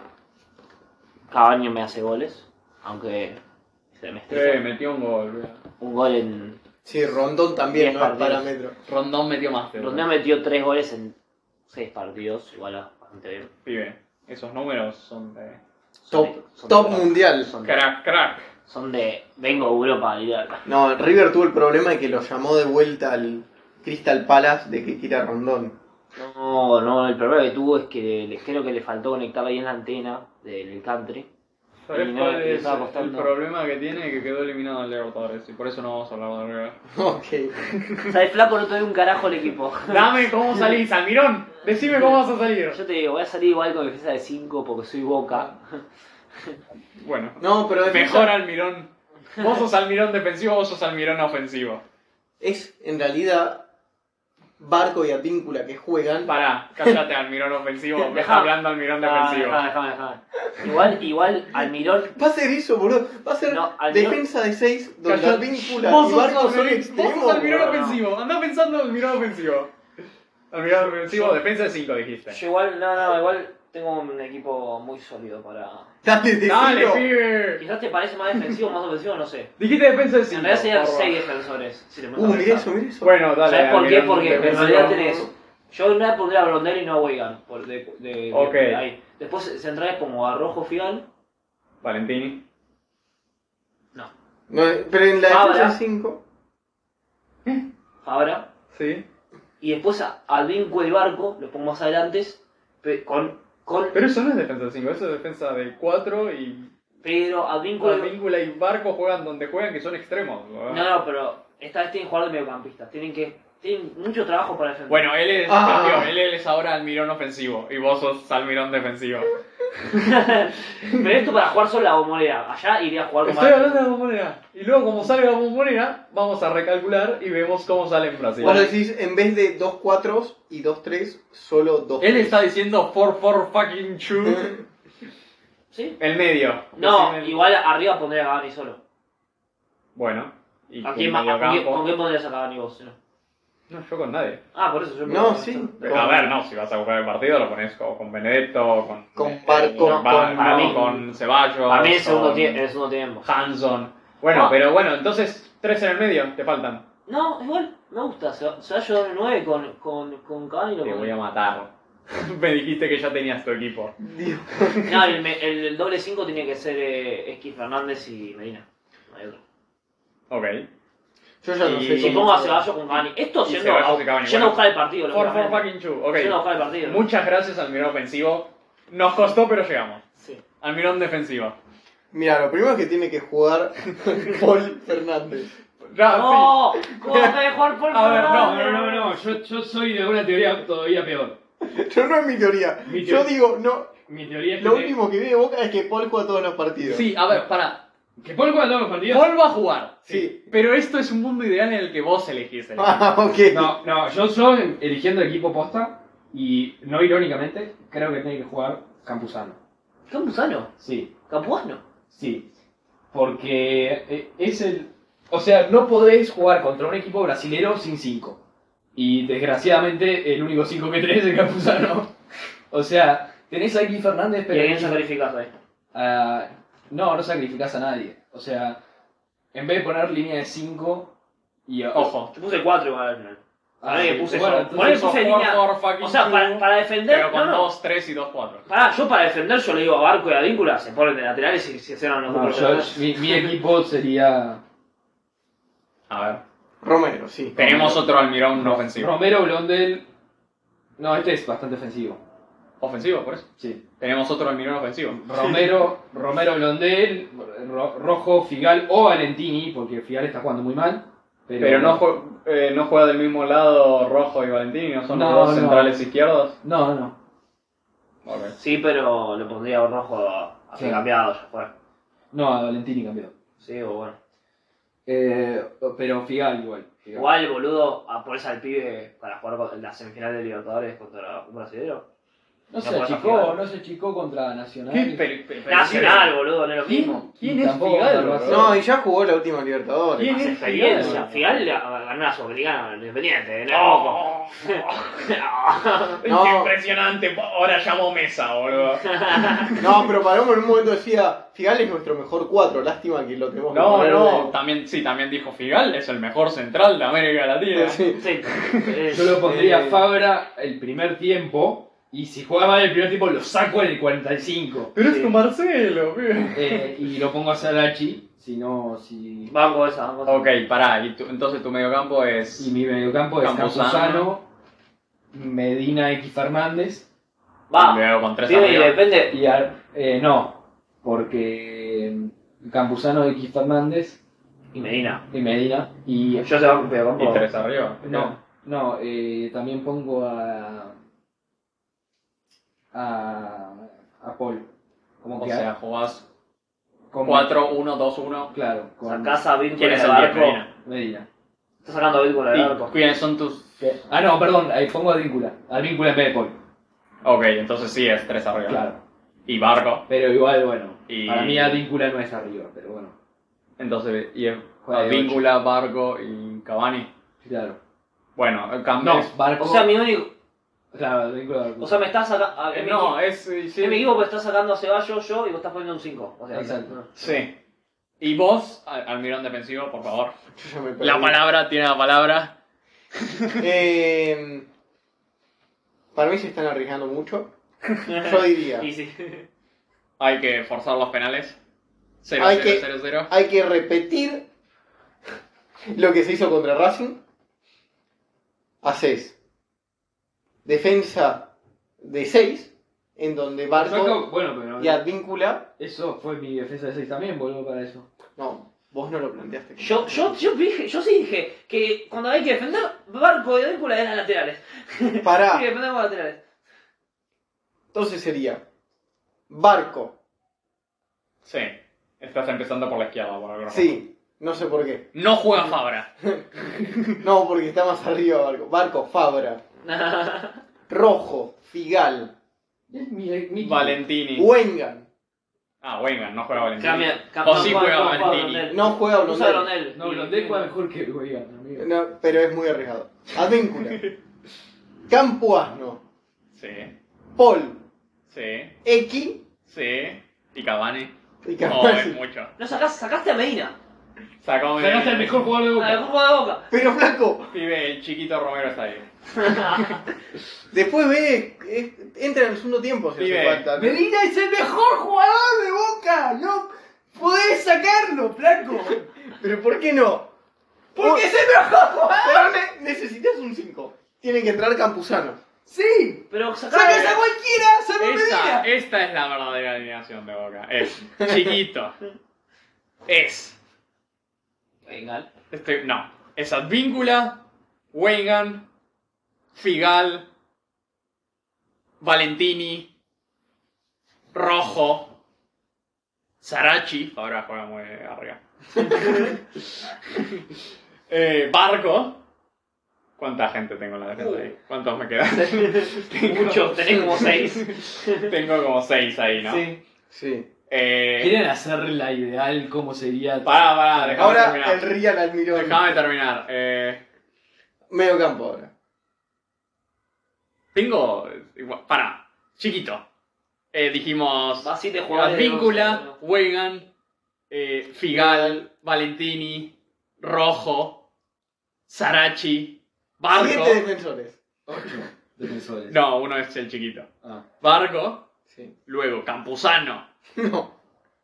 Cada año me hace goles. Aunque. Se me estresa. Eh, metió un gol. eh. Un gol en. sí, Rondón también, Diez ¿no? El partidos. parámetro. Rondón metió más. pero- Donde ha metido tres goles en seis partidos. Igual a- bastante bien. Pibe, esos números son de... Son Top- de- son de Top crack. mundial. Son de, Crack, crack. son de- Vengo a Europa, literal. No, River tuvo el problema de que lo llamó de vuelta al Crystal Palace de que quiera Rondón. No, no, el problema que tuvo es que le- creo que le faltó conectar bien la antena del country. ¿Sabés Y no, cuál le es estaba el costando. problema que tiene? Que quedó eliminado en Libertadores y por eso no vamos a hablar de River. Ok. O sea, el flaco no te dio un carajo el equipo. Dame cómo salís, Almirón. Decime cómo vas a salir. Yo te digo, voy a salir igual con defensa de 5 porque soy boca. Bueno, No, pero es, mejor Almirón. Vos sos Almirón defensivo, vos sos Almirón ofensivo. es en realidad Barco y Advíncula que juegan. Pará, cállate Almirón ofensivo. Me está Dejá. hablando Almirón Ah, defensivo. dejá, dejá, dejá. Igual, igual Almirón. Va a ser eso, boludo. Va a ser No, al- defensa de 6 donde Callate. Advíncula y Barco son Almirón- vos extremos. sos Almirón boludo. ofensivo. Andá pensando en Almirón ofensivo. Almirón ofensivo, defensa de 5 dijiste. Yo igual, no, no, igual tengo un equipo muy sólido para. Dale, Dale, decilo. pibe. Quizás te parece más defensivo, más ofensivo, no sé. Dijiste defensa de 5. En realidad serían 6 defensores. Si te pones a Uh, mirá pensar. eso, mirá eso. Bueno, dale. ¿Sabes por qué? Almirón Porque en defensivo. realidad tenés. Yo una pondría a Blondel y no a Wigan. Por de, de- Ok. de ahí. Después centrales pongo a Rojo Fial. Valentini. No, pero en la Ah, defensa de ¿verdad? 5. Fabra. Sí. Y después a, a Vinco y Barco, los pongo más adelante. pe- Con, con, Pero eso no es defensa de 5, eso es defensa de 4 y pero a Vinco y Víncula y Barco juegan donde juegan, que son extremos. ¿verdad? No, no, pero esta vez tienen que jugar de mediocampistas. Tienen que. Tienen mucho trabajo para defender. Bueno, él es, Ah. cambió, él, él es ahora almirón ofensivo y vos sos almirón defensivo. pero esto para jugar solo la bombonera. Allá iría a jugar con Estoy más. hablando de la bombonera. Y luego, como sale la bombonera, vamos a recalcular y vemos cómo sale en Brasil. Vos decís, en vez de 2 4 y 2 3, solo 2 Él está diciendo 4 4 fucking 2. ¿Sí? El medio. No, Decime el- igual arriba pondría a Cavani solo. Bueno. ¿Y ¿A con quién, ma- a- ¿con, quién, mediocampo? ¿Con quién pondrías a Cavani vos? si no? No, yo con nadie. Ah, por eso yo No, pondría- sí. A ver, no, si vas a buscar el partido lo pones con, con Benedetto, o con. Con Par- con- Bar- con- no, para mí- con Ceballos. Para mí en el segundo, con tie- en el segundo tiempo. Hanson. Bueno, Ah. pero bueno, entonces tres en el medio te faltan. No, igual me gusta. Se va, se va a ayudar el 9 con, con, con Cavani y lo Te voy a pondría. matar. Me dijiste que ya tenías tu equipo. No, el, me- el, el doble 5 tiene que ser eh, Esqui Fernández y Medina. No hay otro. Ok. Yo ya no Y- sé Si cómo pongo a se- Ceballos con Cavani. Esto Y yendo, a, Ceballos y Cavani, yendo bueno. a buscar el partido. For, for lógicamente. fucking two. Ok. Yendo a buscar el partido. Muchas gracias, Almirón Ofensivo. Nos costó, pero llegamos. Sí. Almirón Defensivo. Mira, lo primero es que tiene que jugar Paul Fernández. Ya, sí. ¡No! ¿Cómo vas a jugar por A ver, no, Fernández? no, no, no, yo, yo soy de una teoría todavía peor. Yo no es mi teoría. Mi Yo teoría. digo, no. Mi teoría es que, Lo te- último que vi de Boca es que Paul juega todos los partidos. Este, Sí, a ver, pará. que Paul juega todos los partidos. Paul va a jugar. Sí. Pero esto es un mundo ideal en el que vos elegís el equipo. Ah, ok. No, no, yo soy eligiendo equipo posta y no irónicamente creo que tiene que jugar Campuzano. Campuzano. Sí, Campuzano. sí. Porque eh, es el... O sea, no podés jugar contra un equipo brasilero sin 5. Y desgraciadamente el único 5 que tenés es Campuzano. O sea, tenés a Guy Fernández, ¿Y a quién pero... sacrificás ahí? Ah, no, no sacrificás a nadie. O sea, en vez de poner línea de 5 y... Ojo. Yo puse 4 igual al final. Ah, Ahora que sí, puse bueno, eso. entonces Ponele sos puse Four, línea. four, fucking O sea, two, para, para defender. Pero No, con no. 2, 3 y 2, 4. Pará, yo para defender yo le digo a Barco y a Víncula, se ponen de laterales y se cierran los No, grupos. yo- mi, mi equipo sería A ver. Romero, sí. Tenemos otro Almirón no ofensivo. Romero Blondel. No, este es bastante ofensivo. Ofensivo, por eso. Sí. Tenemos otro Almirón ofensivo. Romero, Romero Blondel, Ro- Rojo, Figal o Valentini, porque Figal está jugando muy mal. Pero, Pero no, jue- eh, no juega del mismo lado Rojo y Valentini, no son No, los dos no. centrales izquierdos. No, no. Ok. Sí, pero le pondría a rojo a, a Sí. cambiado, ya fue. No, a Valentini cambió. Sí, o bueno. Eh, pero Figal igual. Figal. Igual, boludo, a ponerse al pibe para jugar con- la semifinal de Libertadores contra un brasilero. No se No, achicó, Figal. no se achicó contra Nacional. ¿Qué peri- peri- Nacional, boludo, no es lo ¿Quién, mismo. quién Y es tampoco Figal, Barbaza. boludo? No, y ya jugó la última Libertadores. ¿Quién Más es experiencia. Figal? Final ganó una Sudamericana, independiente, no Oh, No. Impresionante, ahora llamo Mesa, boludo. No, pero paramos en un momento decía, Figal es nuestro mejor 4, lástima que lo tenemos que No, poner no, de- también, sí, también dijo Figal, es el mejor central de América Latina. Sí. Sí, es- Yo lo pondría a Eh. Fabra el primer tiempo. Y si juega mal el primer tiempo, lo saco en el 45. Pero es Sí. tu Marcelo, pibe. Eh, y lo pongo a Salachi. Si no, si Banco esa, banco esa. Ok, pará, y tu- entonces tu mediocampo es... Y mi mediocampo es Campuzano. Campuzano, Medina X Fernández Va. Luego con tres Sí, y arriba. depende. y Ar- eh, no, porque Campuzano X Fernández Y Medina. y Medina y Yo se va a cumplir, Y tres arriba. no, no, eh, también pongo a a a Paul como O que sea, jugás con 4-1-2-1. claro, con Sacás a ¿Quién Víncula es de el 10, barco. Medina? Medina. Estás sacando a Víncula de ¿Y barco. ¿Quiénes son tus...? Ah, no, perdón, ahí pongo a Víncula, a Víncula en vez de Paul. Ok, entonces sí es tres arriba. Claro, Y Barco. pero igual bueno, Y- para mí a Víncula no es arriba, pero bueno, Entonces, y es Juega de ocho. Víncula, Barco y Cavani. claro. Bueno, el cambio No, es- Barco O sea, mi único. Claro, vínculo de O sea, me estás sacando. Eh, no, es... sí. Si me equivoco, estás pues, sacando a Ceballos yo y vos estás poniendo un 5. O sea, Exacto. no. Sí. Y vos, al- almirón defensivo, por favor. Yo ya me perdí. La palabra tiene la palabra. Eh, para mí se están arriesgando mucho. Yo diría, Y sí. Hay que forzar los penales. 0 Hay 0 que- 0 0 hay que repetir lo que se hizo contra Racing. Haces defensa de 6, en donde Barco bueno, pero y Advíncula... eso fue mi defensa de 6 también, boludo, para eso. No, vos no lo planteaste. Yo, yo, yo, dije, yo sí dije que cuando hay que defender, Barco y Víncula eran laterales. Pará. Hay que defender con laterales. Entonces sería Barco. Sí. Estás empezando por la izquierda, por algo. Sí, no sé por qué. No juega Fabra. No, porque está más arriba Barco. Barco, Fabra, Rojo, Figal, Es mi, mi Valentini. Wengan, Ah, Weigand, no juega Valentín. Cambia, O sí juega Valentini. No juega Usa Blondel. Blondel. No, Blondel juega mejor que Weigand, amigo. No, pero es muy arriesgado. Advíncula. Campuasno. Sí, Paul. sí, X. sí. Y Cavani. Y No, Campuasno. es mucho. No sacás, sacaste a Medina. Sacó un- Ganaste el mejor jugador de A la Boca. curva de boca. Pero flaco, Pibe, el chiquito Romero está ahí. después ve, es- entra en el segundo tiempo si hace Pibe, falta. ¿no? Medina es el mejor jugador de Boca, no podés sacarlo, flaco. Pero ¿por qué no? Porque es el mejor jugador. Pero ne- necesitas un 5. Tiene que entrar Campuzano. Sí, Pero sacás. sacas a cualquiera, salvo a Esta, Medina. esta es la verdadera alineación de Boca. Es chiquito. Es. Venga. Este, no. Es Advíncula, Weigand, Figal, Valentini, Rojo, Sarachi. Ahora juega muy arriba. eh, Barco. ¿Cuánta gente tengo en la defensa ahí? ¿Cuántos me quedan? Tengo- Muchos, tenés como seis. Tengo como seis ahí, ¿no? Sí. Sí. Eh, Quieren hacer la ideal, cómo sería. pará, pará, dejame Ahora terminar. el Real Almirón. Dejame terminar. Eh, Medio campo ahora. tengo. igual- Pará, chiquito. Eh, dijimos. Va siete jugadores. de Advíncula, once, Weigand, eh, Figal, Valentini, Rojo, Sarachi, Barco. Siete defensores. Ocho defensores. No, uno es el chiquito. Ah. Barco, Sí. luego Campuzano, No.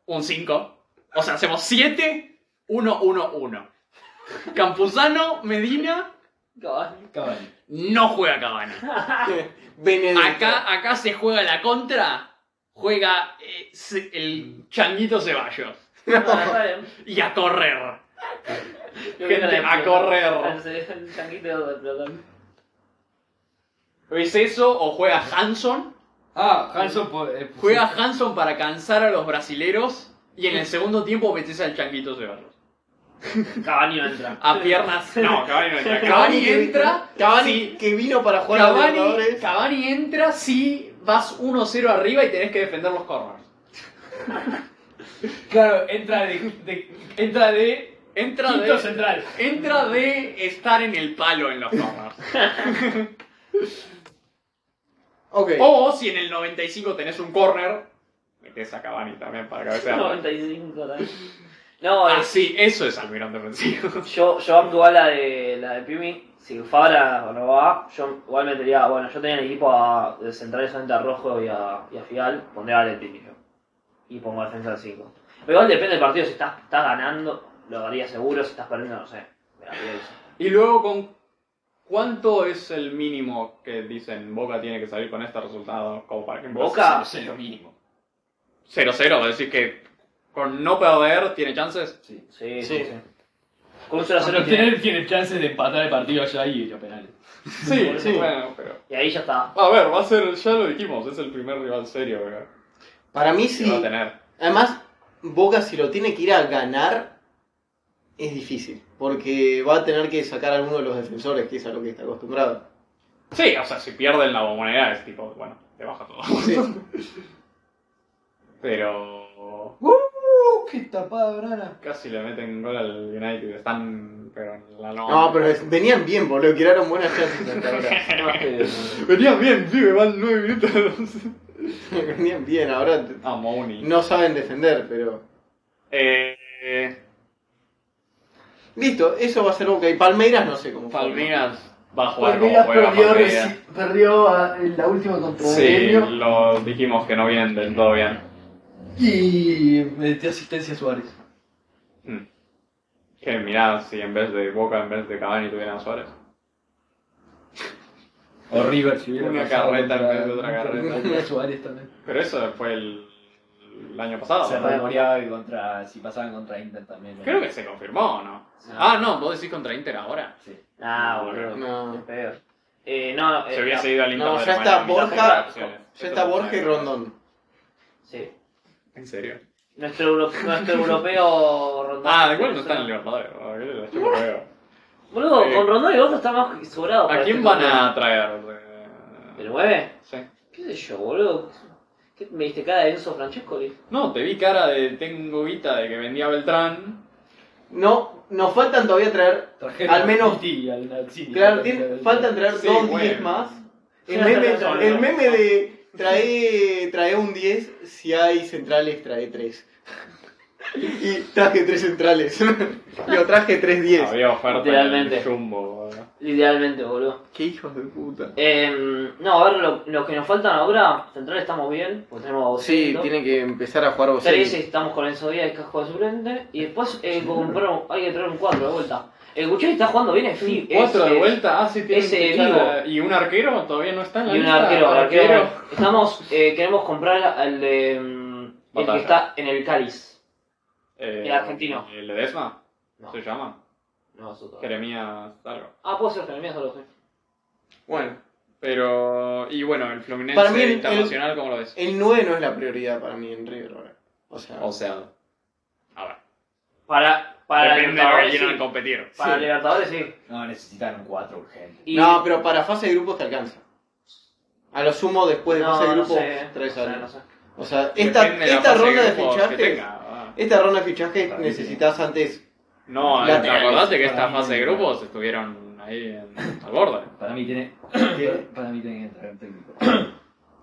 un 5. O sea, hacemos 7, 1, 1, 1. Campuzano, Medina, Cavani. Cavani. no juega Cavani. Benedetto. Acá, acá se juega la contra, juega eh, se- el changuito Ceballos. Ah, está bien. Y a correr. Yo creo que Gente, la- a correr. Ah, El changuito de Blondel. ¿Es eso o juega Hanson? Ah, Hanson po- eh, Juega Hanson para cansar a los brasileros y en el segundo tiempo metes al changuito Ceballos. Cavani no entra. A piernas. No, Cavani no entra. Cavani Cavani que- entra. Cavani si- que vino para jugar a los Cavani, Libertadores. Cavani entra si vas 1-0 arriba y tenés que defender los corners. Claro, entra de. de- entra de. Entra Quinto de, central. entra de estar en el palo en los corners. Ok. O si en el 95 tenés un corner, metes a Cavani también para cabecear. 95 también. No, Ah, es- sí, eso es Almirón defensivo. Yo, yo banco a la de, la de Pimi. Si Fabra no va, yo igual metería. Bueno, yo tenía el equipo a de centrales solamente a Rojo y a, y a Fial. Pondría a Valentini yo. Y pongo a defensa al 5. Pero igual depende del partido. Si estás, estás ganando, lo daría seguro. Si estás perdiendo, no sé. Me la pienso. Y luego con cuánto es el mínimo que dicen Boca tiene que salir con este resultado como para que Boca. Eso es lo mínimo. 0-0, es decir que con no perder tiene chances. Sí, Sí. sí, sí. Con un 0 a 0 tiene. Tiene, tiene chances de empatar el partido allá y ir a penales. Sí, Sí. bueno, pero Y ahí ya está. a ver, va a ser, ya lo dijimos, es el primer rival serio que Para mí que sí. va a tener. Además, Boca si lo tiene que ir a ganar es difícil. Porque va a tener que sacar a alguno de los defensores, que es a lo que está acostumbrado. Sí, o sea, si pierden la bombonera es tipo, bueno, te baja todo. Sí. Pero ¡Uh! ¡Qué tapada, Brana! casi le meten gol al United, están pero en la No, pero es- venían bien, boludo. Tiraron buenas chances hasta ahora. Venían bien, sí, me van 9 minutos. venían bien, ahora te- Ah, Mouni. no saben defender, pero... Eh, Listo, eso va a ser Boca. Y Palmeiras no sé cómo. Palmeiras va a jugar como Palmeiras juega perdió, Palmeiras. reci- perdió a- en la última contra Sí, Gremio. lo dijimos que no vienen del todo bien. Y metió asistencia a Suárez. Mm. Que mirá, si en vez de Boca, en vez de Cavani tuvieran a Suárez. O River, si hubiera Una pasado carreta en contra- vez de otra carreta. contra Suárez también. Pero eso fue el, el año pasado. Se ¿no? rumoreaba y contra, si pasaban contra Inter también. Creo que se confirmó, ¿no? Ah, no, vos decís contra Inter ahora. Nah, boludo. No. Peor. Eh, no, eh, Se hubiese ido al Inter. No, de ya Alemania, está mirá, Borja- tenía opciones. Ya está Borja y Rondón. Sí. ¿En serio? Nuestro, euro- nuestro europeo Rondón. Ah, igual no está en el Libertadores. ah, que lo- yo lo veo. Boludo, Eh, con Rondón y Boca está más que sobrado. para ¿A quién este van torneo. a traer? Eh, ¿El 9? Sí. ¿Qué sé yo, boludo? ¿Qué me diste cara de Enzo Francescoli? No, te vi cara de tengo guita de que vendía Beltrán. No, nos faltan todavía traer, Trajeron Al menos- a Titi, al- al City. claro, tien- faltan traer Sí, dos bueno. 10 más. El Ya meme, está solo. el meme de trae, trae un 10, si hay centrales trae 3. Y traje 3 centrales. Yo traje 3 10. Había oferta Literalmente. en el Jumbo. ¿verdad? Idealmente, boludo. Qué hijos de puta. Em, no, a ver, lo, lo que nos faltan ahora, central estamos bien, porque tenemos a Sí, Bocelli, tiene que empezar a jugar vos. Tres estamos con Enzo Díaz, que juega suplente. Y después eh, compramos- hay que traer un 4 de vuelta. El Cuchillo está jugando bien, es fi- es- Cuatro de es- vuelta, ah, sí, tienen ese que echar vivo. a- Y un arquero todavía no está en la Y un lista. arquero, arquero. Estamos, eh, queremos comprar al de. mm, El Batalla. que está en el Cáliz. Eh, El argentino. ¿El Ledesma? No. ¿Se llama? No, es otro. Jeremías algo. Ah, puedo ser Jeremías o lo sé. Bueno, Pero. Y bueno, el Fluminense Para mí el- internacional, ¿cómo lo ves? el 9 no es la prioridad para mí en River ahora. O sea, O sea. A ver. Para, para depende de lo que Libertadores. quieran sí. competir. Para Sí. Libertadores sí. No, necesitan un 4 urgente. Y- No, pero para fase de grupos te alcanza. A lo sumo después de no, fase de no grupos sé, traes no sé, algo. no sé. O sea, esta, Depende de la esta fase ronda de grupos que fichajes. tenga, ah. Esta ronda de fichajes Para mí necesitas antes. No, La- ¿te acordás de que para esta mí fase de no. grupos estuvieron ahí en, al borde? Para mí tiene. ¿Qué? Para mí tiene que entrar un técnico.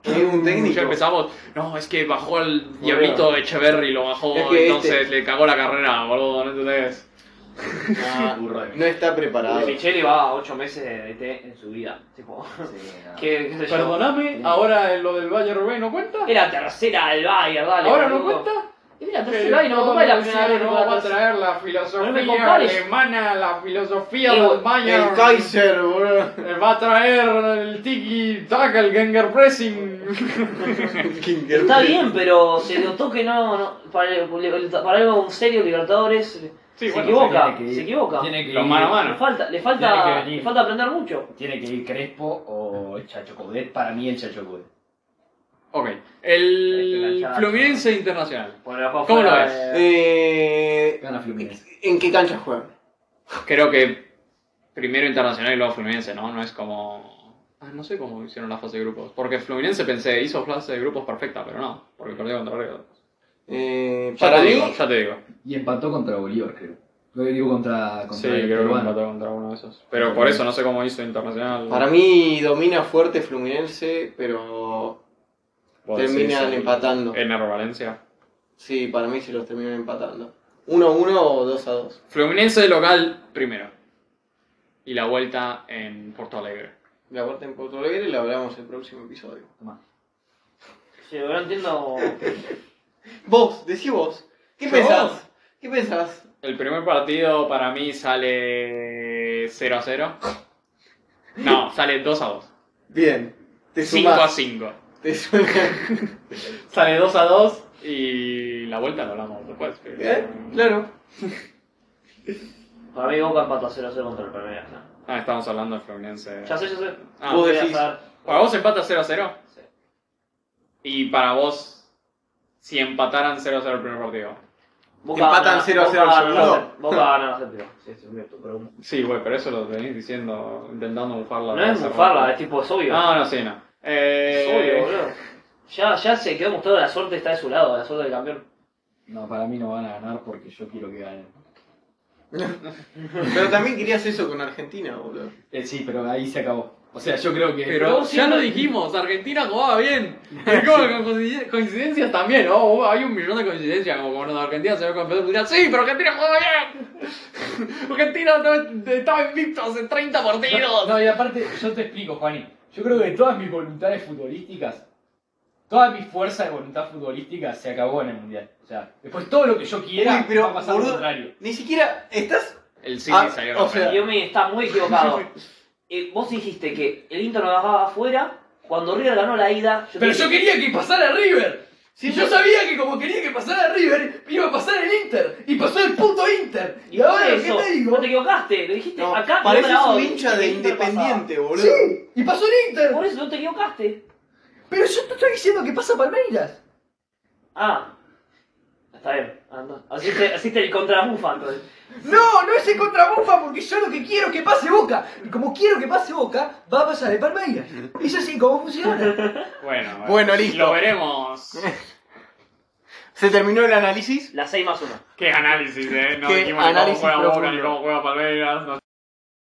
Hay un técnico. Ya empezamos, no, es que bajó el diablito Echeverry, lo bajó, Es que entonces este- le cagó la carrera, boludo, ¿no entendés? Ah, Burro de mí. no está preparado. Micheli va a 8 meses de DT en su vida. Tipo, Sí, no. ¿qué, qué sé yo? Perdóname, ahora lo del Valle Rubén no cuenta. Era tercera del Bayern, dale. ¿Ahora no boludo. cuenta? Era tercera del Bayern, no me compré la primera vez. que no jugaba va a tercera. traer la No me filosofía compares. alemana, la filosofía Y- del Bayern. El Kaiser, boludo. Eh, Va a traer el Tiki Taka, el Ganger Pressing. Está bien, pero se notó que no, no para, para algo un serio Libertadores Sí, se bueno, equivoca, tiene que ir- se equivoca. Tiene que Lo ir- mano a mano. Le falta, Tiene le que falta, venir. le falta aprender mucho. Tiene que ir Crespo o el Chacho Coudet. Para mí el Chacho Coudet. Ok, Este el lanzazo. Fluminense Internacional. ¿Cómo ¿Cómo lo ves? Eh, Gana Fluminense. ¿En qué cancha juegan? Creo que primero Internacional y luego Fluminense, ¿no? No es como... Ah, no sé cómo hicieron la fase de grupos. Porque Fluminense pensé, hizo fase de grupos perfecta, pero no. Porque perdió contra River. Eh, Ya para te mí, digo, ya te digo. Y empató contra Bolívar, creo. Lo digo contra, Sí, contra el creo que peruano. empató contra uno de esos. Pero por eso no sé cómo hizo Internacional. para mí domina fuerte Fluminense, pero Vos decís, terminan eh, empatando. En Error Valencia. sí, para mí se los terminan empatando. 1-1 o 2-2. Fluminense de local primero. Y la vuelta en Porto Alegre. La vuelta en Porto Alegre la hablamos el próximo episodio. Sí, pero no entiendo. Vos, decí vos. ¿Qué ¿Yo? pensás? ¿Qué pensás? El primer partido para mí sale 0 a 0. No, sale 2 a 2. Bien. Te 5 a sumás. 5. Te sumás. Sale 2 a 2 y la vuelta la hablamos después. pero- ¿Eh? Claro. Para mí Boca empató 0-0 contra el Palmeiras. ¿no? Ah, estamos hablando de Fluminense. Ya sé, ya sé. Ah, Vos Voy a decís. hacer- ¿Para vos empata 0 a 0? Sí. Y para vos, si empataran 0 a 0 el primer partido. Boca Empatan gana- 0-0 Boca al gana- segundo. Boca gana la séptima. Sí, sí, me- pero- Sí, güey, pero eso lo venís diciendo, intentando bufarla. No es bufarla, es tipo, es obvio. No, no, sí, no. Es obvio, Ah, Eh, boludo. Ya, ya se quedó mostrado, la suerte está de su lado, la suerte del campeón. No, para mí no van a ganar porque yo quiero que ganen. Pero también querías eso con Argentina, boludo. Eh, sí, pero ahí se acabó. O sea, yo creo que. pero ya lo dijimos, Argentina jugaba bien. Y como con coinciden- coincidencias también, oh, hay un millón de coincidencias, como cuando Argentina se ve campeón mundial. Sí, pero Argentina jugaba bien. Argentina no, estaba invictos en 30 partidos. No, y aparte, yo te explico, Juani. Yo creo que todas mis voluntades futbolísticas, toda mi fuerza de voluntad futbolística se acabó en el mundial. O sea, después todo lo que yo quiera Uy, pero, va a pasar lo boludo, contrario. Ni siquiera estás. El City Ah, salió o campeón. sea, Yomi está muy equivocado. Eh, vos dijiste que el Inter no bajaba afuera. Cuando River ganó la ida. Pero te yo dije- quería que pasara River. Sí, y yo pero- sabía que como quería que pasara River, iba a pasar el Inter. Y pasó el puto Inter. Y, ahora, por ¿qué eso, te digo? No te equivocaste, lo dijiste No, acá. y pareces ahora un hoy, hincha el de Inter Independiente, boludo. Sí, y pasó el Inter. pasaba. Por eso no te equivocaste. Pero yo te estoy diciendo que pasa Palmeiras. Ah. Está bien. Ah, no. Así te, así te contra Bufa, entonces. No, no es en contra Boca porque yo lo que quiero es que pase Boca. Y como quiero que pase Boca, va a pasar el Palmeiras. Es así como funciona. Bueno, Bueno, listo. Lo veremos. Se terminó el análisis. La 6 más 1. Qué análisis, eh. No Qué dijimos ni cómo análisis juega Boca, ni profundo. cómo juega Palmeiras. No